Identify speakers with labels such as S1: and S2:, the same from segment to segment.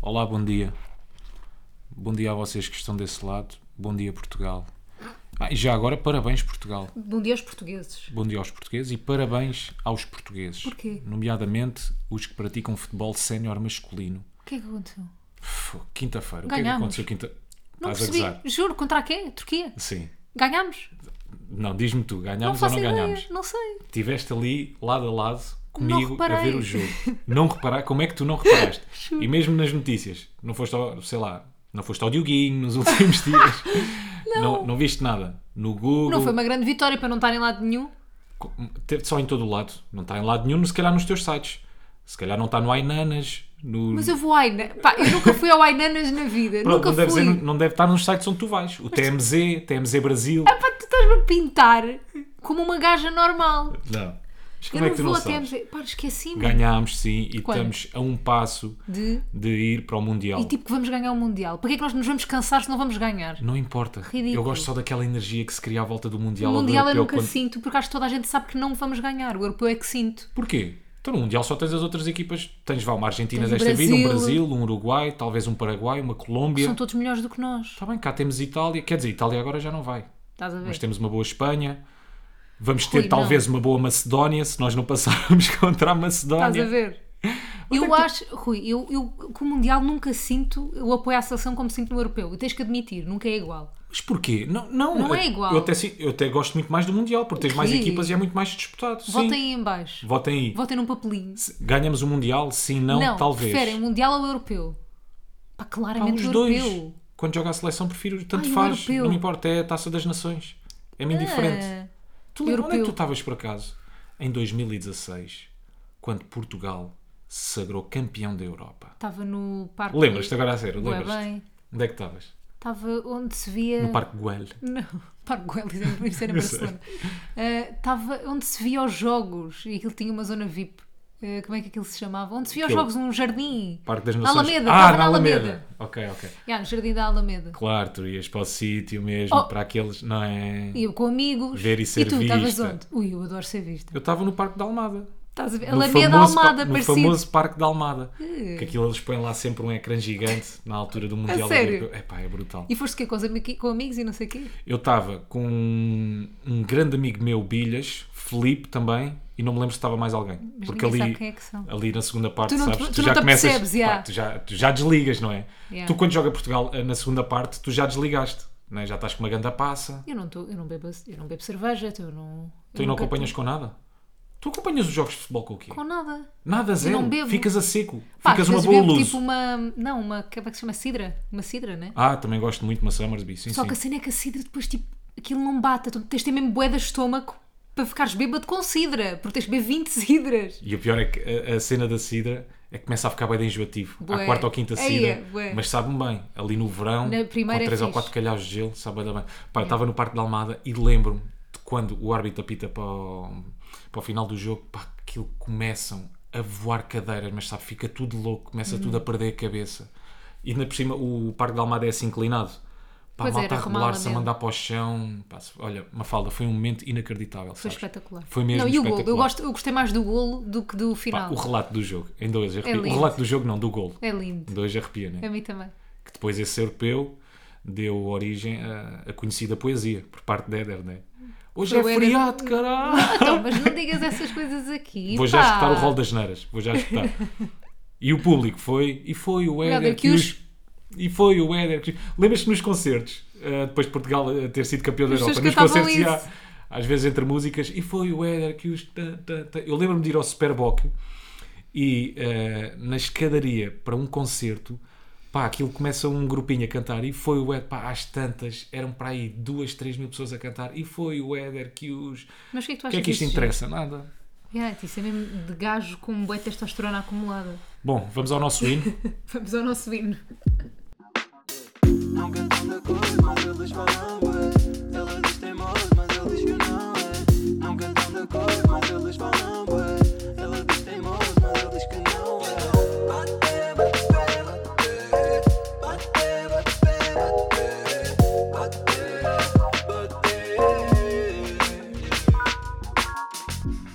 S1: Olá, bom dia. Bom dia a vocês que estão desse lado. Bom dia, Portugal. Ah, e já agora, parabéns, Portugal.
S2: Bom dia aos portugueses.
S1: Bom dia aos portugueses e parabéns aos portugueses.
S2: Porquê?
S1: Nomeadamente os que praticam futebol sénior masculino.
S2: O que é que aconteceu?
S1: Pô, Quinta-feira. O que é que
S2: Ganhamos.
S1: aconteceu quinta?
S2: Não
S1: Estás a
S2: percebi.
S1: gozar.
S2: Juro, contra quem? Turquia?
S1: Sim.
S2: Ganhámos?
S1: Não, diz-me tu,
S2: Não
S1: ganhámos ou
S2: faço
S1: não
S2: ideia.
S1: ganhámos?
S2: Não sei.
S1: Estiveste ali, lado a lado, comigo, a
S2: reparei.
S1: ver o jogo. Não reparar, como é que tu não reparaste? E mesmo nas notícias, não foste ao, sei lá, não foste ao Dioguinho nos últimos dias. não. não. viste nada. No Google.
S2: Não foi uma grande vitória para não estar em lado nenhum.
S1: co- Teve só em todo o lado. Não está em lado nenhum, se calhar nos teus sites. Se calho não está no Ainanas. No...
S2: Mas eu vou ao Aina. Pá, eu nunca fui ao Ainanas na vida.
S1: Pronto,
S2: nunca
S1: não deve,
S2: fui.
S1: ser- não deve estar nos sites onde tu vais. O TMZ, TMZ Brasil.
S2: Ah, pá, tu estás-me a pintar como uma gaja normal.
S1: Não. Mas
S2: eu
S1: como
S2: não
S1: é que tu
S2: vou
S1: não
S2: ao
S1: sabes?
S2: TMZ. Pá, esqueci-me
S1: Ganhámos, sim, e
S2: Quando?
S1: estamos a um passo
S2: de.
S1: de ir para o Mundial.
S2: E tipo que vamos ganhar o Mundial. Para que é que nós nos vamos cansar se não vamos ganhar?
S1: Não importa.
S2: Ridículo.
S1: Eu gosto só daquela energia que se cria à volta do Mundial.
S2: O
S1: ou do
S2: Mundial eu
S1: Europeu
S2: nunca
S1: é quando-
S2: sinto, porque acho que toda a gente sabe que não vamos ganhar. O europeu é que sinto.
S1: Porquê? Então no Mundial só tens as outras equipas. Tens vá uma Argentina
S2: Tens o
S1: desta vida, um
S2: Brasil.
S1: Brasil, um Uruguai, talvez um Paraguai, uma Colômbia.
S2: São todos melhores do que nós.
S1: Está bem, cá temos Itália. Quer dizer, Itália agora já não vai.
S2: Estás a ver?
S1: Mas temos uma boa Espanha. Vamos ter
S2: Rui, não.
S1: talvez uma boa Macedónia se nós não passarmos contra a
S2: Estás a
S1: Macedónia.
S2: ver? Eu acho, Rui, eu, eu que o Mundial nunca sinto o apoio à seleção como sinto no Europeu. E tens que admitir, nunca é igual.
S1: Mas porquê? Não, não,
S2: Não
S1: eu-
S2: é igual.
S1: Eu até, si- eu até gosto muito mais do Mundial, porque tens mais
S2: quê?
S1: equipas e é muito mais disputado. Sim.
S2: Votem aí em baixo.
S1: Votem aí.
S2: Votem num papelinho.
S1: Ganhamos o Mundial? Sim, não, talvez.
S2: preferem o Mundial ao Europeu.
S1: Pá,
S2: Pá, claramente
S1: os
S2: o
S1: dois.
S2: Europeu.
S1: Quando joga a seleção, prefiro tanto
S2: Ai, o
S1: faz.
S2: europeu.
S1: Não me importa, é a taça das nações. É-me indiferente.
S2: Ah,
S1: tu lembra onde é que tu
S2: europeu.
S1: estavas por acaso? Em 2016, quando Portugal se sagrou campeão da Europa.
S2: Estava no parque...
S1: Lembras-te agora a sério?
S2: Bué
S1: Lembras-te?
S2: bem. Ah.
S1: Onde é que estavas?
S2: Estava onde se via...
S1: No Parque Guel.
S2: Não, Parque Güeles, é isso era Barcelona. Ah, Estava onde se via os jogos e aquilo tinha uma zona VIP. Ah, como é que aquilo se chamava? Onde se via os
S1: Que eu-
S2: jogos, um jardim.
S1: Parque das
S2: Na
S1: Nações.
S2: Alameda,
S1: ah,
S2: estava
S1: na
S2: na
S1: Alameda.
S2: Alameda.
S1: Ok, ok.
S2: Ah, no jardim da Alameda.
S1: Claro, tu ias para o sítio mesmo,
S2: Oh.
S1: para aqueles, não é?
S2: E eu com amigos.
S1: Ver e ser
S2: tu estavas
S1: vista.
S2: onde? Ui, eu adoro ser vista.
S1: Eu estava no Parque da Almada.
S2: Estás a ver?
S1: No
S2: Alameda
S1: famoso pa-
S2: Almada,
S1: No
S2: parecido.
S1: famoso Parque da Almada.
S2: Eh.
S1: Que aquilo eles põem lá sempre um ecrã gigante na altura do Mundial. do
S2: sério?
S1: Europeu. Epá, é brutal.
S2: E foste o quê? Com, os ami- com amigos e não sei o quê?
S1: Eu estava com um, um grande amigo meu, Bilhas, Felipe também, e não me lembro se estava mais alguém.
S2: Mas
S1: porque
S2: ninguém
S1: ali,
S2: sabe quem é que são.
S1: ali na segunda parte,
S2: Tu não te-
S1: sabes,
S2: tu não te apercebes, yeah.
S1: pá, tu, já, tu já desligas, não é?
S2: Yeah.
S1: Tu quando joga Portugal eh, na segunda parte, tu já desligaste, não é? já estás com uma ganda passa,
S2: Eu não, tô, eu não, bebo, eu não bebo cerveja, então eu não.
S1: tu
S2: eu
S1: não
S2: nunca
S1: acompanhas com nada. Tu acompanhas os jogos de futebol com o quê?
S2: tomo Com nada.
S1: Nada, zero.
S2: não bebo.
S1: Ficas a seco.
S2: Pá,
S1: Ficas
S2: às
S1: uma
S2: vezes
S1: boa
S2: bebo,
S1: luz.
S2: Tipo uma. Não, uma. Como é que se chama? Cidra? Uma cidra, né?
S1: Ah, também gosto muito de uma Summersby, sim,
S2: Só
S1: sim.
S2: que a cena é que a cidra depois, tipo, aquilo não bata. Tu tens de ter mesmo boé de estômago para ficares bêbado com cidra. Porque tens de beber 20 cidras.
S1: E o pior é que a, a cena da sidra é que começa a ficar bem de enjoativo.
S2: Bué.
S1: À quarta ou quinta
S2: Aí é,
S1: sidra.
S2: bué.
S1: mas sabe-me bem. Ali no verão,
S2: Na
S1: com
S2: primeira é
S1: três ou
S2: fixe.
S1: quatro calhaus de gelo, sabe bem. Pá, eu estava no Parque da Almada e lembro-me de quando o árbitro apita para o, para o final do jogo, pá, aquilo começam a voar cadeiras, mas sabe, fica tudo louco, começa
S2: Uhum.
S1: tudo a perder a cabeça. E ainda por cima o Parque da Almada é assim inclinado. Pá,
S2: Pois
S1: a malta
S2: era,
S1: a
S2: como a
S1: rebolar-se, a
S2: Alameda.
S1: mandar para o chão. Pá, se- olha, Mafalda, foi um momento inacreditável.
S2: Foi
S1: sabes?
S2: espetacular.
S1: Foi mesmo
S2: Não, e o golo? Eu,
S1: espetacular.
S2: gosto, eu gostei mais do golo do que do
S1: Pá,
S2: final.
S1: o relato do jogo, em dois arrepia. o
S2: lindo.
S1: relato do jogo não, do golo.
S2: É lindo.
S1: Em dois arrepia,
S2: A
S1: né?
S2: mim também.
S1: Que depois esse europeu deu origem à, à conhecida poesia por parte de Éder, né? Hoje
S2: Eu
S1: é
S2: era-
S1: feriado, caralho!
S2: Então, mas não digas essas coisas aqui.
S1: Vou já
S2: pá.
S1: escutar o rol das neiras, vou já escutar. e o público foi, e foi o Éder
S2: Éder
S1: que
S2: que
S1: os... E foi o Éder que os- Lembras-te nos concertos, ah, depois de Portugal ah, ter sido campeão da
S2: As
S1: Europa,
S2: pessoas
S1: nos
S2: cantavam
S1: concertos
S2: isso.
S1: há- às vezes entre músicas, e foi o Éder que os... tã, tã, tã. Eu lembro-me de ir ao Superboc e ah, na escadaria para um concerto, pá, aquilo começa um grupinho a cantar, e foi o Éder, pá, às tantas, eram para aí duas, três mil pessoas a cantar, e foi o Éder que os...
S2: Mas o que é que tu
S1: O
S2: achas
S1: que é que isto
S2: disso,
S1: interessa? Nada.
S2: gente? Yeah, isso é mesmo de gajo com um bué de testosterona acumulada.
S1: Bom, vamos ao nosso hino.
S2: Vamos ao nosso hino.
S3: Não cantando cores, mas eles falam ué. é. Ela diz teimoso, mas ele diz que não é. Não cantando cores, mas eles falam ué. é. Ela diz teimoso, mas ele diz que não é. Bater, bater, bater. Bater, bater, bater. Bater, bater.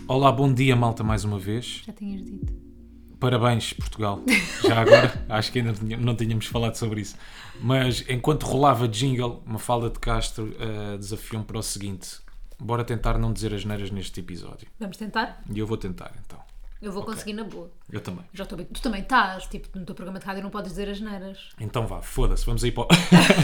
S1: Olá, bom dia, malta, mais uma vez.
S2: Já tinhas dito.
S1: Parabéns, Portugal. Já agora, acho que ainda não tinha- não tínhamos falado sobre isso. Mas enquanto rolava jingle, uma falda de Castro eh, desafiou-me para o seguinte: bora tentar não dizer as neiras neste episódio.
S2: Vamos tentar?
S1: E eu vou tentar então.
S2: Eu vou conseguir na boa.
S1: Eu também.
S2: Já estou bem. Tu também estás, tipo, no teu programa de rádio não podes dizer as neiras.
S1: Então vá, foda-se, vamos aí para o...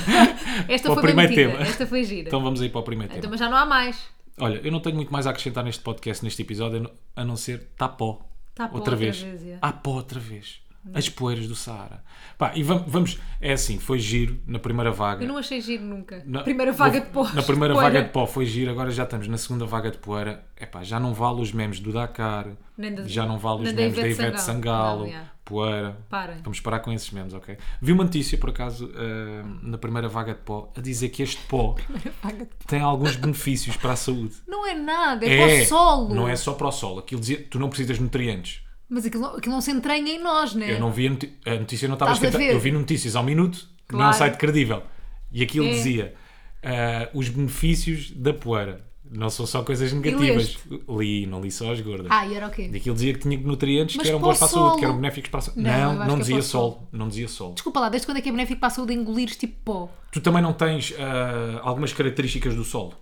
S2: Esta
S1: Para o
S2: foi bem
S1: primeiro
S2: metida,
S1: tema.
S2: esta foi gira.
S1: Então vamos aí para o primeiro
S2: Então,
S1: tema.
S2: mas já não há mais.
S1: Olha, eu não tenho muito mais a acrescentar neste podcast, neste episódio, a não- a não ser tá tapó.
S2: Tapó Tá outra vez, é.
S1: Ah, pó outra vez. As poeiras do Saara. Pá, e vam- vamos, É assim, foi giro na primeira vaga.
S2: Eu não achei giro nunca.
S1: Na-
S2: primeira vaga
S1: vou-
S2: de pós.
S1: Na primeira
S2: Olha,
S1: vaga de pó foi giro, agora já estamos na segunda vaga de poeira. Epá, já não vale os memes do Dakar,
S2: Nem da-
S1: já não vale os
S2: nem da
S1: memes da
S2: Ivete
S1: Ivete
S2: Sangalo.
S1: Sangalo,
S2: Não, yeah.
S1: poeira.
S2: Parem.
S1: Vamos parar com esses memes, ok? Vi uma notícia, por acaso, eh, na primeira vaga de pó, a dizer que este pó
S2: Vaga de-
S1: tem alguns benefícios para a saúde.
S2: Não é nada, é, para o solo.
S1: Não é só para o solo. Aquilo dizia, tu não precisas de nutrientes.
S2: Mas aquilo, não- aquilo não se entranha em nós, né?
S1: Eu não vi a, noti- a notícia, não estava
S2: Estás a
S1: escrita.
S2: ver?
S1: Eu vi notícias ao minuto, não
S2: Claro.
S1: site credível. E aquilo
S2: É.
S1: dizia ah, os benefícios da poeira. Não são só coisas negativas. Li, não li só as gordas.
S2: Ah, e era o quê?
S1: E aquilo dizia que tinha nutrientes
S2: Mas
S1: que eram
S2: para
S1: bons
S2: o
S1: para a saúde, que
S2: solo?
S1: eram benéficos para a saúde.
S2: Não, eu
S1: Não, não,
S2: acho que é para
S1: dizia
S2: o solo.
S1: sol. Não dizia sol.
S2: Desculpa lá, desde quando é que é benéfico para a saúde engolir tipo pó?
S1: Tu também não tens ah, algumas características do sol,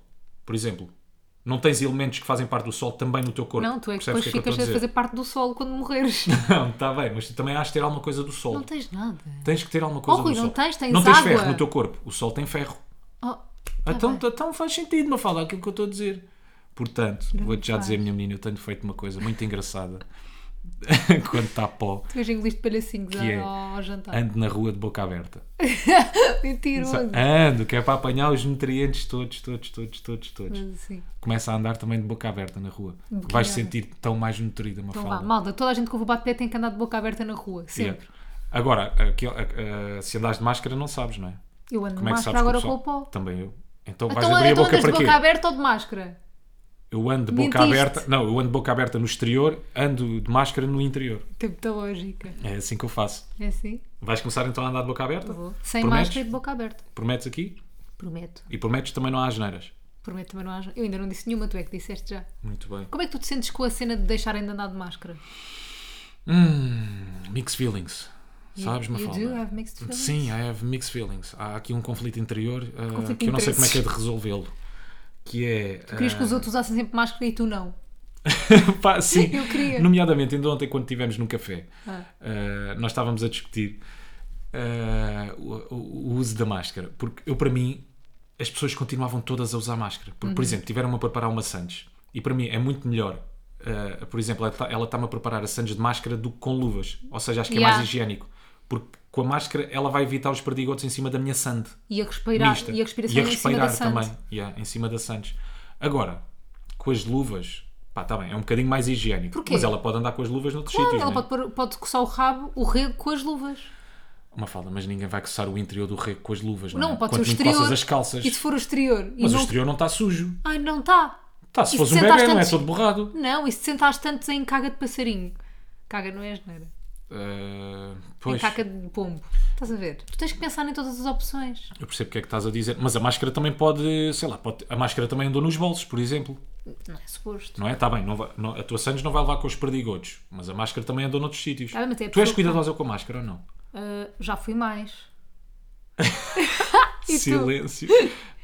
S1: por exemplo. Não tens elementos que fazem parte do sol também no teu corpo.
S2: Não, tu é que
S1: Percebes
S2: depois
S1: o que é que eu
S2: ficas
S1: estou
S2: a
S1: a dizer?
S2: fazer parte do solo quando morreres.
S1: Não, está bem, mas tu também has de ter alguma coisa do sol.
S2: não tens nada.
S1: Tens que ter alguma coisa
S2: Oh, Rui,
S1: do
S2: não
S1: sol.
S2: tens, tens
S1: não tens
S2: água.
S1: ferro no teu corpo. O sol tem ferro.
S2: Oh,
S1: então,
S2: bem.
S1: então faz sentido, Mafalda, aquilo que eu estou a dizer. Portanto, vou-te já
S2: faz.
S1: dizer, minha menina, eu tenho feito uma coisa muito engraçada quando está pó.
S2: tu és engoliste palhacinhos ao,
S1: Que é-
S2: ao jantar.
S1: Ando na rua de boca aberta.
S2: Mentiroso.
S1: Só Ando, que é para apanhar os nutrientes todos, todos, todos, todos, todos.
S2: Mas assim.
S1: Começa a andar também de boca aberta na rua.
S2: Boquinha
S1: Vais
S2: aberta.
S1: sentir tão mais nutrida,
S2: Então vá,
S1: Mafalda.
S2: malda, toda a gente que ouve o bate-pé tem que andar de boca aberta na rua, sempre.
S1: Yeah. Agora, aquele- a- a- se andares de máscara, não sabes, não é?
S2: Eu ando de
S1: Como é que
S2: máscara
S1: sabes que
S2: agora
S1: o
S2: com o
S1: pessoal-
S2: pó.
S1: Também eu. Então vais
S2: Então,
S1: abrir a
S2: então
S1: boca
S2: andas
S1: para
S2: de
S1: quê?
S2: boca aberta ou de máscara?
S1: Eu ando de boca
S2: Mentiste.
S1: aberta. Não, eu ando de boca aberta no exterior, ando de máscara no interior.
S2: Tem muita lógica.
S1: É assim que eu faço.
S2: É assim?
S1: Vais começar então a andar de boca aberta?
S2: Vou. Sem
S1: Prometes?
S2: máscara e de boca aberta.
S1: Prometes aqui
S2: Prometo.
S1: e prometes também não há asneiras.
S2: Prometo também não haja. Eu ainda não disse nenhuma, tu é que disseste já.
S1: Muito bem.
S2: Como é que tu te sentes com a cena de deixarem de andar de máscara?
S1: Hum, Mixed feelings. Sabes,
S2: you, you
S1: Mafalda?
S2: do have mixed feelings?
S1: Sim, I have mixed feelings. Há aqui um conflito interior ah,
S2: Conflito
S1: que
S2: de
S1: eu não sei como é
S2: interesses.
S1: que é de resolvê-lo. Que é.
S2: Querias que
S1: ah,
S2: os outros usassem sempre máscara e tu não.
S1: Pá, sim.
S2: Eu queria.
S1: Nomeadamente, ainda ontem, quando estivemos num café,
S2: Ah.
S1: eh, nós estávamos a discutir eh, o, o- o uso da máscara. Porque eu, para mim, as pessoas continuavam todas a usar máscara. Porque,
S2: Uhum.
S1: por exemplo, tiveram-me a preparar uma Santos. E para mim é muito melhor. eh, por exemplo, ela tá- ela está-me a preparar a Santos de máscara do que com luvas. Ou seja, acho que é
S2: Yeah.
S1: mais higiênico. Porque com a máscara ela vai evitar os perdigotes em cima da minha Sand
S2: E a respirar.
S1: mista.
S2: E a respiração em cima da santa.
S1: também, yeah, em cima da Santos. Agora, com as luvas, pá, está bem, é um bocadinho mais higiênico.
S2: Porquê?
S1: Mas ela pode andar com as luvas noutros
S2: Claro,
S1: sítios,
S2: ela
S1: né?
S2: pode, pôr- pode coçar o rabo, o rego com as luvas.
S1: Uma falda, mas ninguém vai coçar o interior do rego com as luvas, não,
S2: Não,
S1: é?
S2: pode
S1: Quanto
S2: ser o
S1: muito
S2: exterior.
S1: coças as calças.
S2: E se for o exterior? E
S1: Mas
S2: não...
S1: o exterior não está sujo.
S2: Ai, não está.
S1: Está, se
S2: E
S1: fosse
S2: se
S1: um bebê,
S2: sentares
S1: não é?
S2: tantos-
S1: Todo borrado.
S2: Não, e se sentares tantos em caga de passarinho? Caga não é asneira.
S1: Ah,
S2: Em
S1: pois,
S2: caca de pombo. Estás a ver? Tu tens que pensar em todas as opções.
S1: eu percebo o que é que estás a dizer. Mas a máscara também pode, sei lá, pode- a máscara também andou nos bolsos, por exemplo.
S2: Não é suposto.
S1: Não é? Está bem, não vai- não- a tua Santos não vai levar com os perdigotes, mas a máscara também andou noutros sítios.
S2: Tá bem, mas é
S1: tu
S2: a
S1: és
S2: pessoa que-
S1: cuidadosa com a máscara ou não?
S2: Ah, já fui mais. E tu?
S1: Silêncio.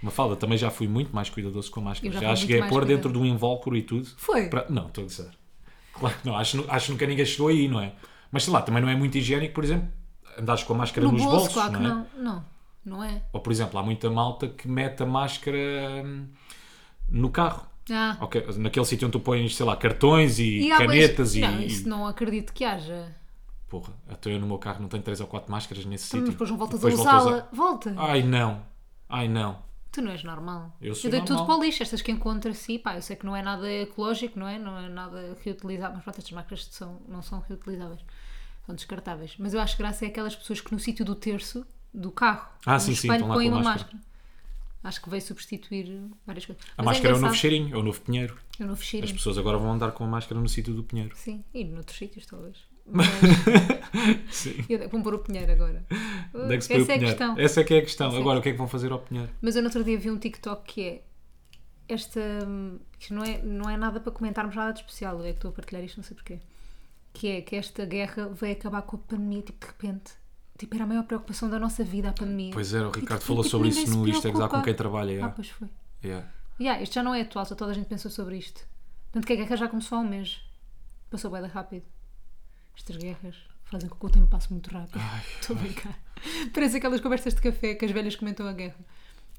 S1: Mafalda, também já fui muito mais cuidadoso com a máscara.
S2: Eu já
S1: Já,
S2: fui muito
S1: cheguei a
S2: mais
S1: pôr
S2: cuidadosa.
S1: dentro de um invólucro e tudo.
S2: Foi?
S1: Pra- Não, estou a gozar. Claro, que não, acho, nu- acho que nunca ninguém chegou aí, não é? Mas sei lá, também não é muito higiênico, por exemplo, andares com a máscara
S2: No
S1: nos
S2: bolso,
S1: bolsos,
S2: claro
S1: não
S2: que
S1: é?
S2: não. Não, não é.
S1: Ou, por exemplo, há muita malta que mete a máscara hum, no carro.
S2: Ah,
S1: Ok, naquele sítio onde tu pões, sei lá, cartões e,
S2: há boas-
S1: canetas e...
S2: Não, isso não acredito que haja.
S1: Porra, até eu no meu carro não tenho três ou quatro máscaras nesse
S2: Mas
S1: sítio.
S2: depois não voltas
S1: Depois Ah,
S2: a
S1: volto
S2: usá-la.
S1: usar.
S2: Volta.
S1: Ai não, ai não.
S2: Tu não és normal.
S1: Eu sou
S2: dei tudo
S1: normal.
S2: para o lixo. Estas que encontro assim, pá, eu sei que não é nada ecológico, não é? Não é nada reutilizável. Mas pronto, estas máquinas são, não são reutilizáveis. São descartáveis. Mas eu acho graça é aquelas pessoas que no sítio do terço do carro,
S1: Ah,
S2: no
S1: sim, sim,
S2: espelho,
S1: estão lá
S2: põem
S1: com a
S2: uma
S1: máscara.
S2: máscara. Acho que veio substituir várias coisas.
S1: A
S2: Mas
S1: máscara é o
S2: engraçado.
S1: novo cheirinho, é o novo pinheiro.
S2: É o novo
S1: As
S2: cheirinho.
S1: pessoas agora vão andar com a máscara no sítio do Pinheiro.
S2: Sim, e noutros sítios talvez. Mas...
S1: Sim.
S2: Eu- Vão pôr o Pinheiro agora.
S1: Onde é que se põe o
S2: Essa é a
S1: Pinheiro?
S2: questão.
S1: Essa é que é a questão. agora, o que é que vão fazer ao Pinheiro?
S2: Mas eu no outro dia vi um TikTok que é esta. hum, Isto não é, não é nada para comentarmos nada de especial, eu é que estou a partilhar isto, não sei porquê. que é que esta guerra vai acabar com a pandemia, tipo, de repente. Tipo, era a maior preocupação da nossa vida, a pandemia.
S1: Pois era, o
S2: E, de
S1: Ricardo
S2: repente,
S1: falou
S2: tipo,
S1: sobre
S2: ninguém
S1: isso
S2: se
S1: no Isto é Gozar
S2: preocupa.
S1: com quem trabalha.
S2: Ah,
S1: yeah.
S2: pois foi.
S1: Yeah.
S2: Yeah, isto já não é atual, só toda a gente pensou sobre isto. Tanto que a guerra já começou há um mês. Passou bem rápido. Estas guerras fazem com que o tempo passe muito rápido. Estou a brincar. Parece aquelas conversas de café que as velhas comentam a guerra.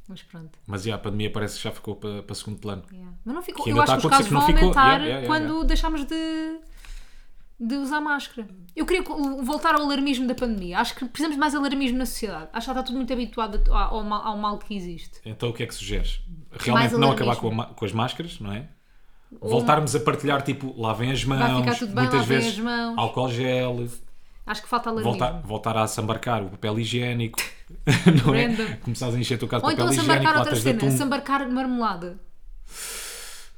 S2: Mas pronto.
S1: Mas yeah, a pandemia parece que já ficou para, para segundo plano.
S2: yeah. Mas não ficou.
S1: Que
S2: Eu
S1: ainda
S2: acho
S1: está
S2: que os
S1: a acontecer
S2: casos
S1: que
S2: vão
S1: não ficou.
S2: aumentar
S1: Yeah, yeah, yeah,
S2: quando
S1: yeah.
S2: deixarmos de, de usar máscara. Eu queria co- voltar ao alarmismo da pandemia. Acho que precisamos de mais alarmismo na sociedade. Acho que já está tudo muito habituado a- ao mal- ao mal que existe.
S1: Então o que é que sugeres? Realmente não
S2: alarmismo.
S1: acabar com, a ma- com as máscaras, não é? Voltarmos a partilhar, tipo, lavem as mãos,
S2: ficar tudo bem,
S1: muitas
S2: lavem
S1: vezes
S2: as mãos.
S1: álcool gel,
S2: Acho que falta alarmismo.
S1: voltar, voltar a sambarcar o papel higiênico, não é?
S2: Random.
S1: Começares a encher o caso de
S2: Ou
S1: papel
S2: então a
S1: higiênico,
S2: sambarcar outra
S1: latas de
S2: cena, a
S1: atum.
S2: sambarcar marmelada.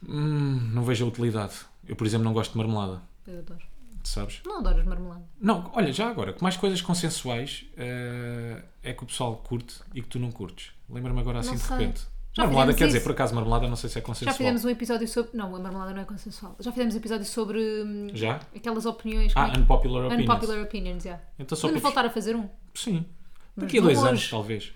S1: Hum, não vejo a utilidade. Eu, por exemplo, não gosto de marmelada,
S2: Eu adoro.
S1: sabes?
S2: Não adoras marmelada.
S1: Não, olha, já agora, que mais coisas consensuais eh, é que o pessoal curte e que tu não curtes? Lembra-me agora assim
S2: Não
S1: de
S2: sei.
S1: repente.
S2: Já
S1: marmelada,
S2: fizemos
S1: quer dizer,
S2: isso.
S1: por acaso, marmelada, não sei se é
S2: Já
S1: consensual.
S2: fizemos um episódio sobre. Não, a marmelada não é consensual. Já fizemos episódio sobre hum,
S1: Já?
S2: aquelas opiniões. como
S1: Ah,
S2: é que-
S1: unpopular opinions.
S2: Unpopular opinions, yeah.
S1: Então só
S2: Podemos
S1: para
S2: voltar a fazer um.
S1: Sim.
S2: Mas
S1: Daqui a
S2: não
S1: dois
S2: hoje.
S1: anos, talvez.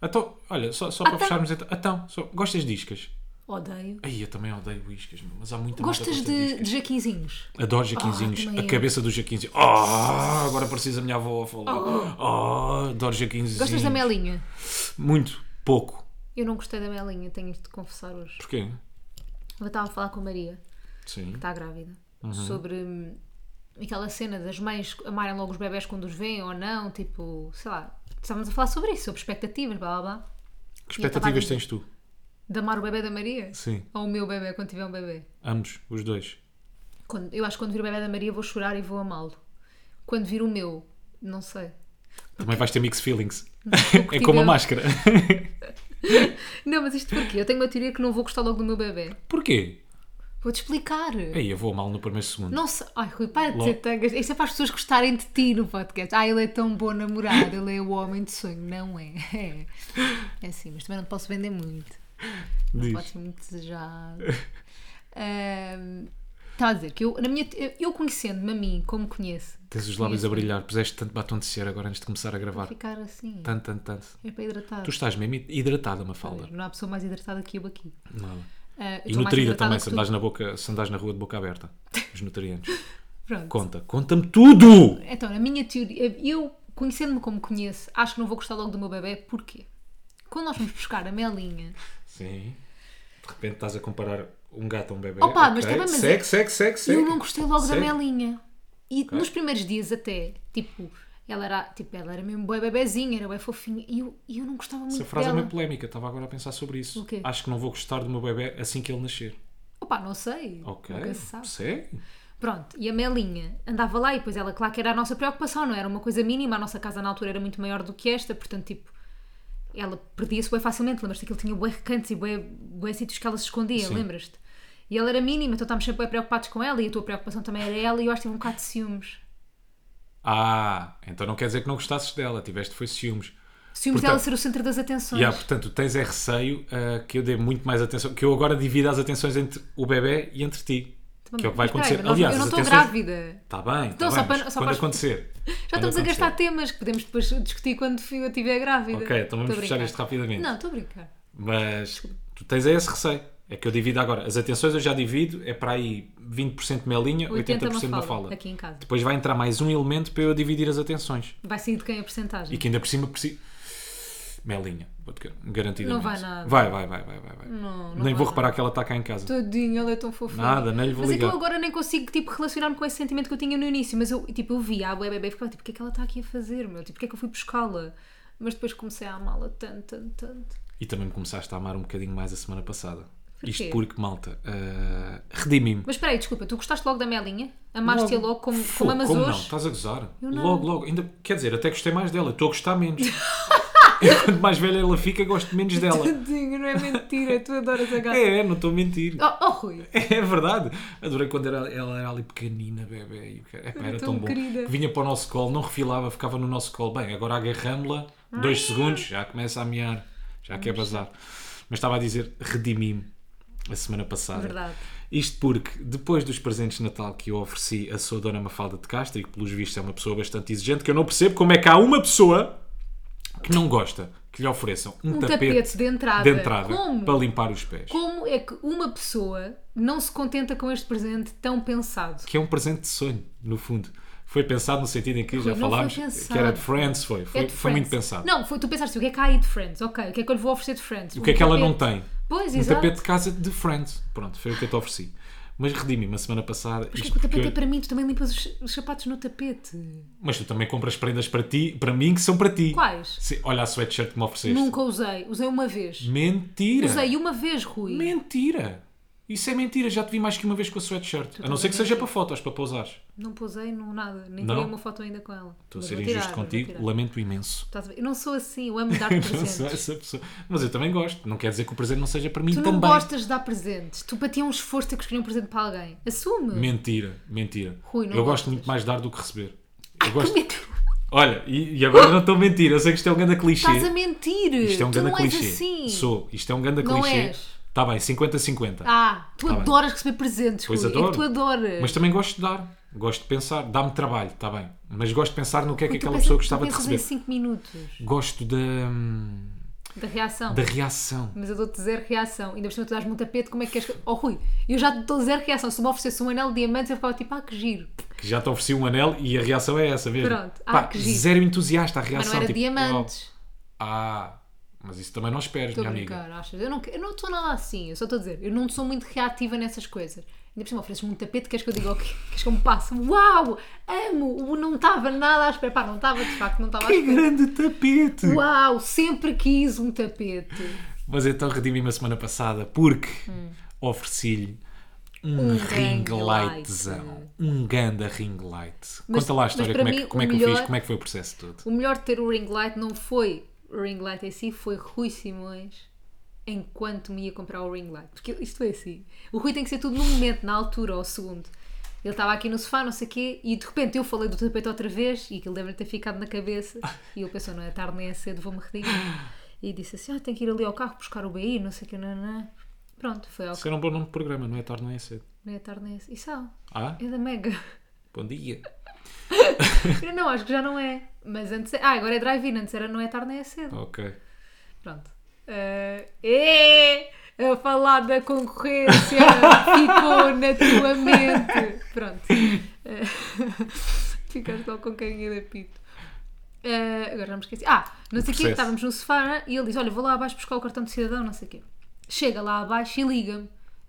S1: Então, olha, só, só
S2: Ah,
S1: para
S2: tá.
S1: fecharmos. Então, então só- gostas de iscas?
S2: Odeio.
S1: Aí eu também odeio iscas, meu, mas há muita malta que
S2: Gostas
S1: gosta
S2: de,
S1: iscas.
S2: de jaquinzinhos?
S1: Adoro jaquinzinhos.
S2: Ah,
S1: a
S2: também eu.
S1: cabeça dos jaquinzinhos. Oh, agora precisa a minha avó a falar. Oh, adoro jaquinzinhos.
S2: Gostas da melinha?
S1: Muito. Pouco.
S2: Eu não gostei da melinha, tenho isto de confessar hoje.
S1: Porquê?
S2: Eu estava a falar com a Maria,
S1: Sim.
S2: que está grávida,
S1: Uhum.
S2: sobre hum, aquela cena das mães amarem logo os bebés quando os veem ou não, tipo, sei lá. Estávamos a falar sobre isso, sobre expectativas, blá blá blá.
S1: Que
S2: E eu estava a
S1: expectativas
S2: dizer-
S1: tens tu?
S2: De amar o bebê da Maria?
S1: Sim.
S2: Ou o meu bebê quando tiver um bebê?
S1: Ambos, os dois.
S2: Quando- eu acho que quando vir o bebê da Maria vou chorar e vou amá-lo. Quando vir o meu, não sei.
S1: Também vais ter mixed feelings. é
S2: curti
S1: como a
S2: bem.
S1: máscara.
S2: Não, mas isto porquê? Eu tenho uma teoria que não vou gostar logo do meu bebê.
S1: Porquê?
S2: Vou-te explicar.
S1: Aí eu vou mal no primeiro segundo.
S2: Não sei. Ai, Rui, para de
S1: Lo-
S2: dizer tangas. Isso é para as pessoas gostarem de ti no podcast. Ah, ele é tão bom namorado, ele é o homem de sonho. Não é. É, é assim, mas também não te posso vender muito.
S1: Diz.
S2: Pode ser muito desejado. Ahm, Estava a dizer que eu, na minha, te- eu conhecendo-me a mim, como conheço,
S1: Tens os lábios a
S2: Conheço-me.
S1: brilhar. Puseste tanto batom de cera agora antes de começar a gravar.
S2: ficar assim.
S1: Tanto, tanto, tanto.
S2: É para hidratar.
S1: Tu estás mesmo hidratada, Mafalda.
S2: Não há pessoa mais hidratada que eu aqui.
S1: Nada.
S2: Ah, eu
S1: E
S2: estou mais
S1: nutrida
S2: hidratada
S1: também,
S2: que
S1: se
S2: tu.
S1: andares, na boca, se andares na rua de boca aberta. Os nutrientes.
S2: Pronto.
S1: Conta, conta-me tudo!
S2: Então, na minha teoria, eu conhecendo-me como conheço, acho que não vou gostar logo do meu bebê. Porquê? Quando nós vamos buscar a Melinha,
S1: Sim. De repente estás a comparar um gato a um bebê.
S2: Opa,
S1: Ok.
S2: mas também, mas
S1: Segue,
S2: é-
S1: segue, segue, segue.
S2: eu não gostei logo
S1: Segue.
S2: da Melinha. E nos primeiros dias até, tipo, ela era, tipo, ela era mesmo bué bebezinha, era bem fofinha. E eu, e eu não gostava muito
S1: Essa frase
S2: dela.
S1: é meio polémica, estava agora a pensar sobre isso.
S2: O quê?
S1: Acho que não vou gostar do meu bebê assim que ele nascer.
S2: Opa, não sei.
S1: Ok.
S2: Nunca se sabe.
S1: Segue.
S2: Pronto, e a Melinha andava lá e depois ela, claro que era a nossa preocupação, não era uma coisa mínima, a nossa casa na altura era muito maior do que esta, portanto, tipo, ela perdia-se bem facilmente, lembras-te que ele tinha bué recantos e bué, bué sítios que ela se escondia,
S1: Sim.
S2: lembras-te? E ela era mínima, então estávamos sempre bué preocupados com ela e a tua preocupação também era ela e eu acho que tive um bocado de ciúmes.
S1: Ah, então não quer dizer que não gostasses dela, tiveste foi ciúmes.
S2: Ciúmes
S1: Portanto-
S2: dela ser o centro das atenções.
S1: Yeah, portanto, tens é receio ah, que eu dê muito mais atenção, que eu agora divida as atenções entre o bebê e entre ti.
S2: Também-
S1: que é o que vai
S2: mas
S1: acontecer.
S2: espera, nós-
S1: Aliás,
S2: eu não
S1: as
S2: estou
S1: atenções-
S2: grávida.
S1: Está bem,
S2: Então,
S1: então,
S2: só para- só
S1: quando
S2: para as-
S1: acontecer.
S2: Já
S1: Quando
S2: estamos a
S1: acontecer.
S2: gastar temas que podemos depois discutir quando fi- eu estiver grávida.
S1: Ok, então vamos
S2: Estou a
S1: fechar
S2: brincar.
S1: isto rapidamente.
S2: Não, estou a brincar.
S1: Mas tu tens é esse receio. É que eu divido agora. As atenções eu já divido, é para aí 20% melinha, 80%,
S2: 80%
S1: na
S2: Mafalda,
S1: fala.
S2: aqui em casa.
S1: Depois vai entrar mais um elemento para eu dividir as atenções.
S2: Vai sair de quem a porcentagem?
S1: E que ainda por cima preciso. Melinha, vou-te garantidamente.
S2: Não vai nada.
S1: Vai, vai, vai, vai, vai, vai.
S2: Não, não
S1: Nem vou
S2: vai nada.
S1: reparar que ela está cá em casa.
S2: Tadinho, ela é tão fofinha.
S1: Nada, nem lhe vou
S2: Mas então
S1: ligar.
S2: agora nem consigo tipo, relacionar-me com esse sentimento que eu tinha no início. Mas eu, tipo, eu via a bué bebê e ficava tipo, o que é que ela está aqui a fazer, meu? Tipo, porque é que eu fui buscá-la? Mas depois comecei a amá-la tanto, tanto, tanto.
S1: E também me começaste a amar um bocadinho mais a semana passada. Isto
S2: quê?
S1: porque, malta, ah, redimi-me.
S2: Mas espera aí, desculpa, tu gostaste logo da Melinha? Amaste-a logo como, como
S1: Fogo,
S2: amas
S1: como não? Tá
S2: hoje?
S1: Estás a gozar?
S2: Eu não.
S1: Logo, logo. Ainda, quer dizer, até gostei mais dela. Estou a gostar menos. Eu, Quanto mais velha ela fica, gosto menos dela.
S2: Tadinho, não é mentira, tu adoras a gata.
S1: É, é, não estou a mentir.
S2: Oh, oh, Rui,
S1: É verdade. Adorei quando era- ela era ali pequenina, bebê. E o cara- Epá, era
S2: tão
S1: tão, bom.
S2: querida.
S1: Que vinha para o nosso colo, não refilava, ficava no nosso colo. Bem, agora agarramos-la, dois
S2: Ah.
S1: segundos, já começa a é mear, já quer bazar. Mas estava a dizer, redimi-me a semana passada.
S2: é verdade.
S1: Isto porque, depois dos presentes de Natal que eu ofereci à sua dona Mafalda de Castro, e que pelos vistos é uma pessoa bastante exigente, que eu não percebo como é que há uma pessoa que não gosta que lhe ofereçam um,
S2: Um tapete de entrada.
S1: de entrada
S2: Como?
S1: para limpar os pés.
S2: Como é que uma pessoa não se contenta com este presente tão pensado?
S1: Que é um presente de sonho, no fundo. Foi pensado no sentido em que já
S2: Não foi
S1: falámos
S2: pensado.
S1: que era de Friends, foi. Foi,
S2: É de
S1: foi muito
S2: Friends.
S1: pensado.
S2: Não, foi, tu pensaste o que é que há aí de Friends? Ok, o que é que eu lhe vou oferecer de Friends?
S1: o que é que ela não tem?
S2: Pois,
S1: Um
S2: exato.
S1: tapete de casa de Friends. Pronto, foi o que eu te ofereci. Mas redimi-me a semana passada.
S2: Mas o que é
S1: isto
S2: que o tapete
S1: porque-
S2: é para mim? Tu também limpas os, os sapatos no tapete.
S1: Mas tu também compras prendas para ti, para mim, que são para ti.
S2: Quais?
S1: Se- olha a sweatshirt que me ofereceste.
S2: Nunca usei. Usei uma vez.
S1: Mentira!
S2: Usei uma vez, Rui.
S1: Mentira! Isso é mentira, já te vi mais que uma vez com a sweatshirt. a não ser que seja para fotos, para pousares.
S2: Não posei, não nada. Nem
S1: Não?
S2: tirei uma foto ainda com ela.
S1: Estou a
S2: Mas
S1: ser
S2: vou
S1: injusto
S2: tirar, vou tirar.
S1: contigo, lamento imenso.
S2: Estás a ver? Eu não sou assim, eu amo dar
S1: Não sou assim
S2: presentes.
S1: essa pessoa. Mas eu também gosto. Não quer dizer que o presente não seja para mim
S2: Tu não
S1: também.
S2: gostas de dar presentes. Tu para ti é um esforço ter que escolher um presente para alguém. Assume.
S1: Mentira, mentira.
S2: Rui, não
S1: eu
S2: gostas.
S1: gosto muito mais de dar do que receber. Eu gosto.
S2: Mentira.
S1: Olha, e, e agora não estou a mentir. Eu sei que isto é um grande clichê.
S2: Estás a mentir.
S1: Isto é um
S2: tu
S1: grande
S2: não és
S1: clichê.
S2: assim.
S1: Sou. Isto é um grande
S2: Não
S1: clichê.
S2: és.
S1: Está bem, 50-50.
S2: Ah, tu
S1: Tá
S2: adoras receber presentes,
S1: Pois
S2: Rui. É
S1: adoro.
S2: que tu adoras.
S1: Mas também gosto de dar. Gosto de pensar. Dá-me trabalho, está bem. Mas gosto de pensar no que é que
S2: Tu
S1: aquela
S2: pensas-
S1: pessoa
S2: tu
S1: gostava de
S2: pensas
S1: receber.
S2: em 5 minutos
S1: Gosto da, hum,
S2: da reação.
S1: da reação.
S2: Mas eu dou-te zero reação. Ainda por cima tu dás-me um tapete, como é que queres que... Oh, Rui, eu já te dou zero reação. Se me oferecesse um anel de diamantes, eu ficava tipo, ah, que giro.
S1: Que já te ofereci um anel e a reação é essa mesmo.
S2: Pronto. Ah,
S1: Pá,
S2: que giro.
S1: zero entusiasta a
S2: Mas
S1: reação.
S2: não era
S1: tipo,
S2: diamantes.
S1: "Oh, ah, mas isso também não esperes,
S2: Estou
S1: minha
S2: a
S1: amiga.
S2: brincar, achas? Eu não que- eu não estou nada assim, eu só estou a dizer, eu não sou muito reativa nessas coisas. Ainda por cima ofereces-me um tapete, queres que eu diga o quê? Queres que eu me passe? Uau! Amo! O Não estava nada à espera. Pá, não estava, de facto, não estava à
S1: Que
S2: espera.
S1: grande tapete!
S2: Uau! Sempre quis um tapete.
S1: Mas então redimi-me a semana passada porque ofereci-lhe um,
S2: Hum. Um
S1: ring
S2: grande
S1: lightzão. Um ganda ring light.
S2: Mas-
S1: Conta lá a
S2: mas
S1: história,
S2: para
S1: como é, que,
S2: mim,
S1: como é
S2: o
S1: que eu fiz,
S2: melhor-
S1: como é que foi o processo todo.
S2: O melhor de ter o ring light não foi o ring light em si, foi Rui Simões enquanto me ia comprar o ring light. Porque isto foi assim. O Rui tem que ser tudo no momento, na altura, ao segundo. Ele estava aqui no sofá, não sei o quê, e de repente eu falei do tapete outra vez e aquilo deve ter ficado na cabeça. E ele pensou, não é tarde nem é cedo, vou-me redimir. E disse assim, ah, tenho que ir ali ao carro buscar o BI, não sei o quê, não, não. Pronto, foi ao
S1: Isso era um bom nome de programa, não é tarde, não é cedo.
S2: não é tarde nem é cedo. Isso ah,
S1: Ah,
S2: é da Mega.
S1: bom dia.
S2: Eu não, acho que já não é. Mas antes, ah, agora é drive-in, antes era não é tarde nem é cedo.
S1: Ok.
S2: Pronto. Eh, é a falar da concorrência ficou na tua mente. Pronto. Eh, ficaste logo com carinha de apito. Eh, agora não me esqueci. Ah, não sei o quê,
S1: processo.
S2: estávamos no sofá né? e ele diz: Olha, vou lá abaixo buscar o cartão de cidadão, não sei o quê. Chega lá abaixo e liga-me: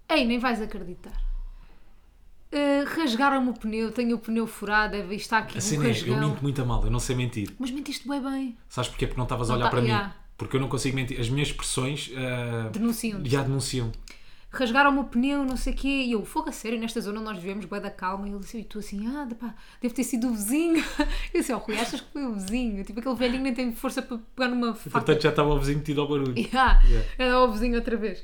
S2: Ei, nem vais acreditar. Eh, rasgaram-me o pneu, tenho o pneu furado, deve estar aqui
S1: A
S2: um
S1: cena é, eu
S2: rasgão.
S1: minto muito a mal, eu não sei mentir.
S2: Mas mentiste bem bem.
S1: Sabes porquê? Porque não estavas a
S2: Não
S1: olhar
S2: tá-
S1: para mim.
S2: yeah.
S1: Porque eu não consigo mentir. As minhas expressões ah,
S2: Denunciam-te.
S1: já denunciam.
S2: rasgaram-me o pneu, não sei o quê, e eu, fogo a sério, nesta zona nós vivemos bué da calma, e ele disse, e tu assim, ah, pá, deve ter sido o vizinho, eu disse, ó Rui, achas que foi o vizinho? Tipo, aquele velhinho nem tem força para pegar numa faca,
S1: Portanto, já estava o vizinho metido ao barulho.
S2: yeah.
S1: Yeah.
S2: era o vizinho outra vez.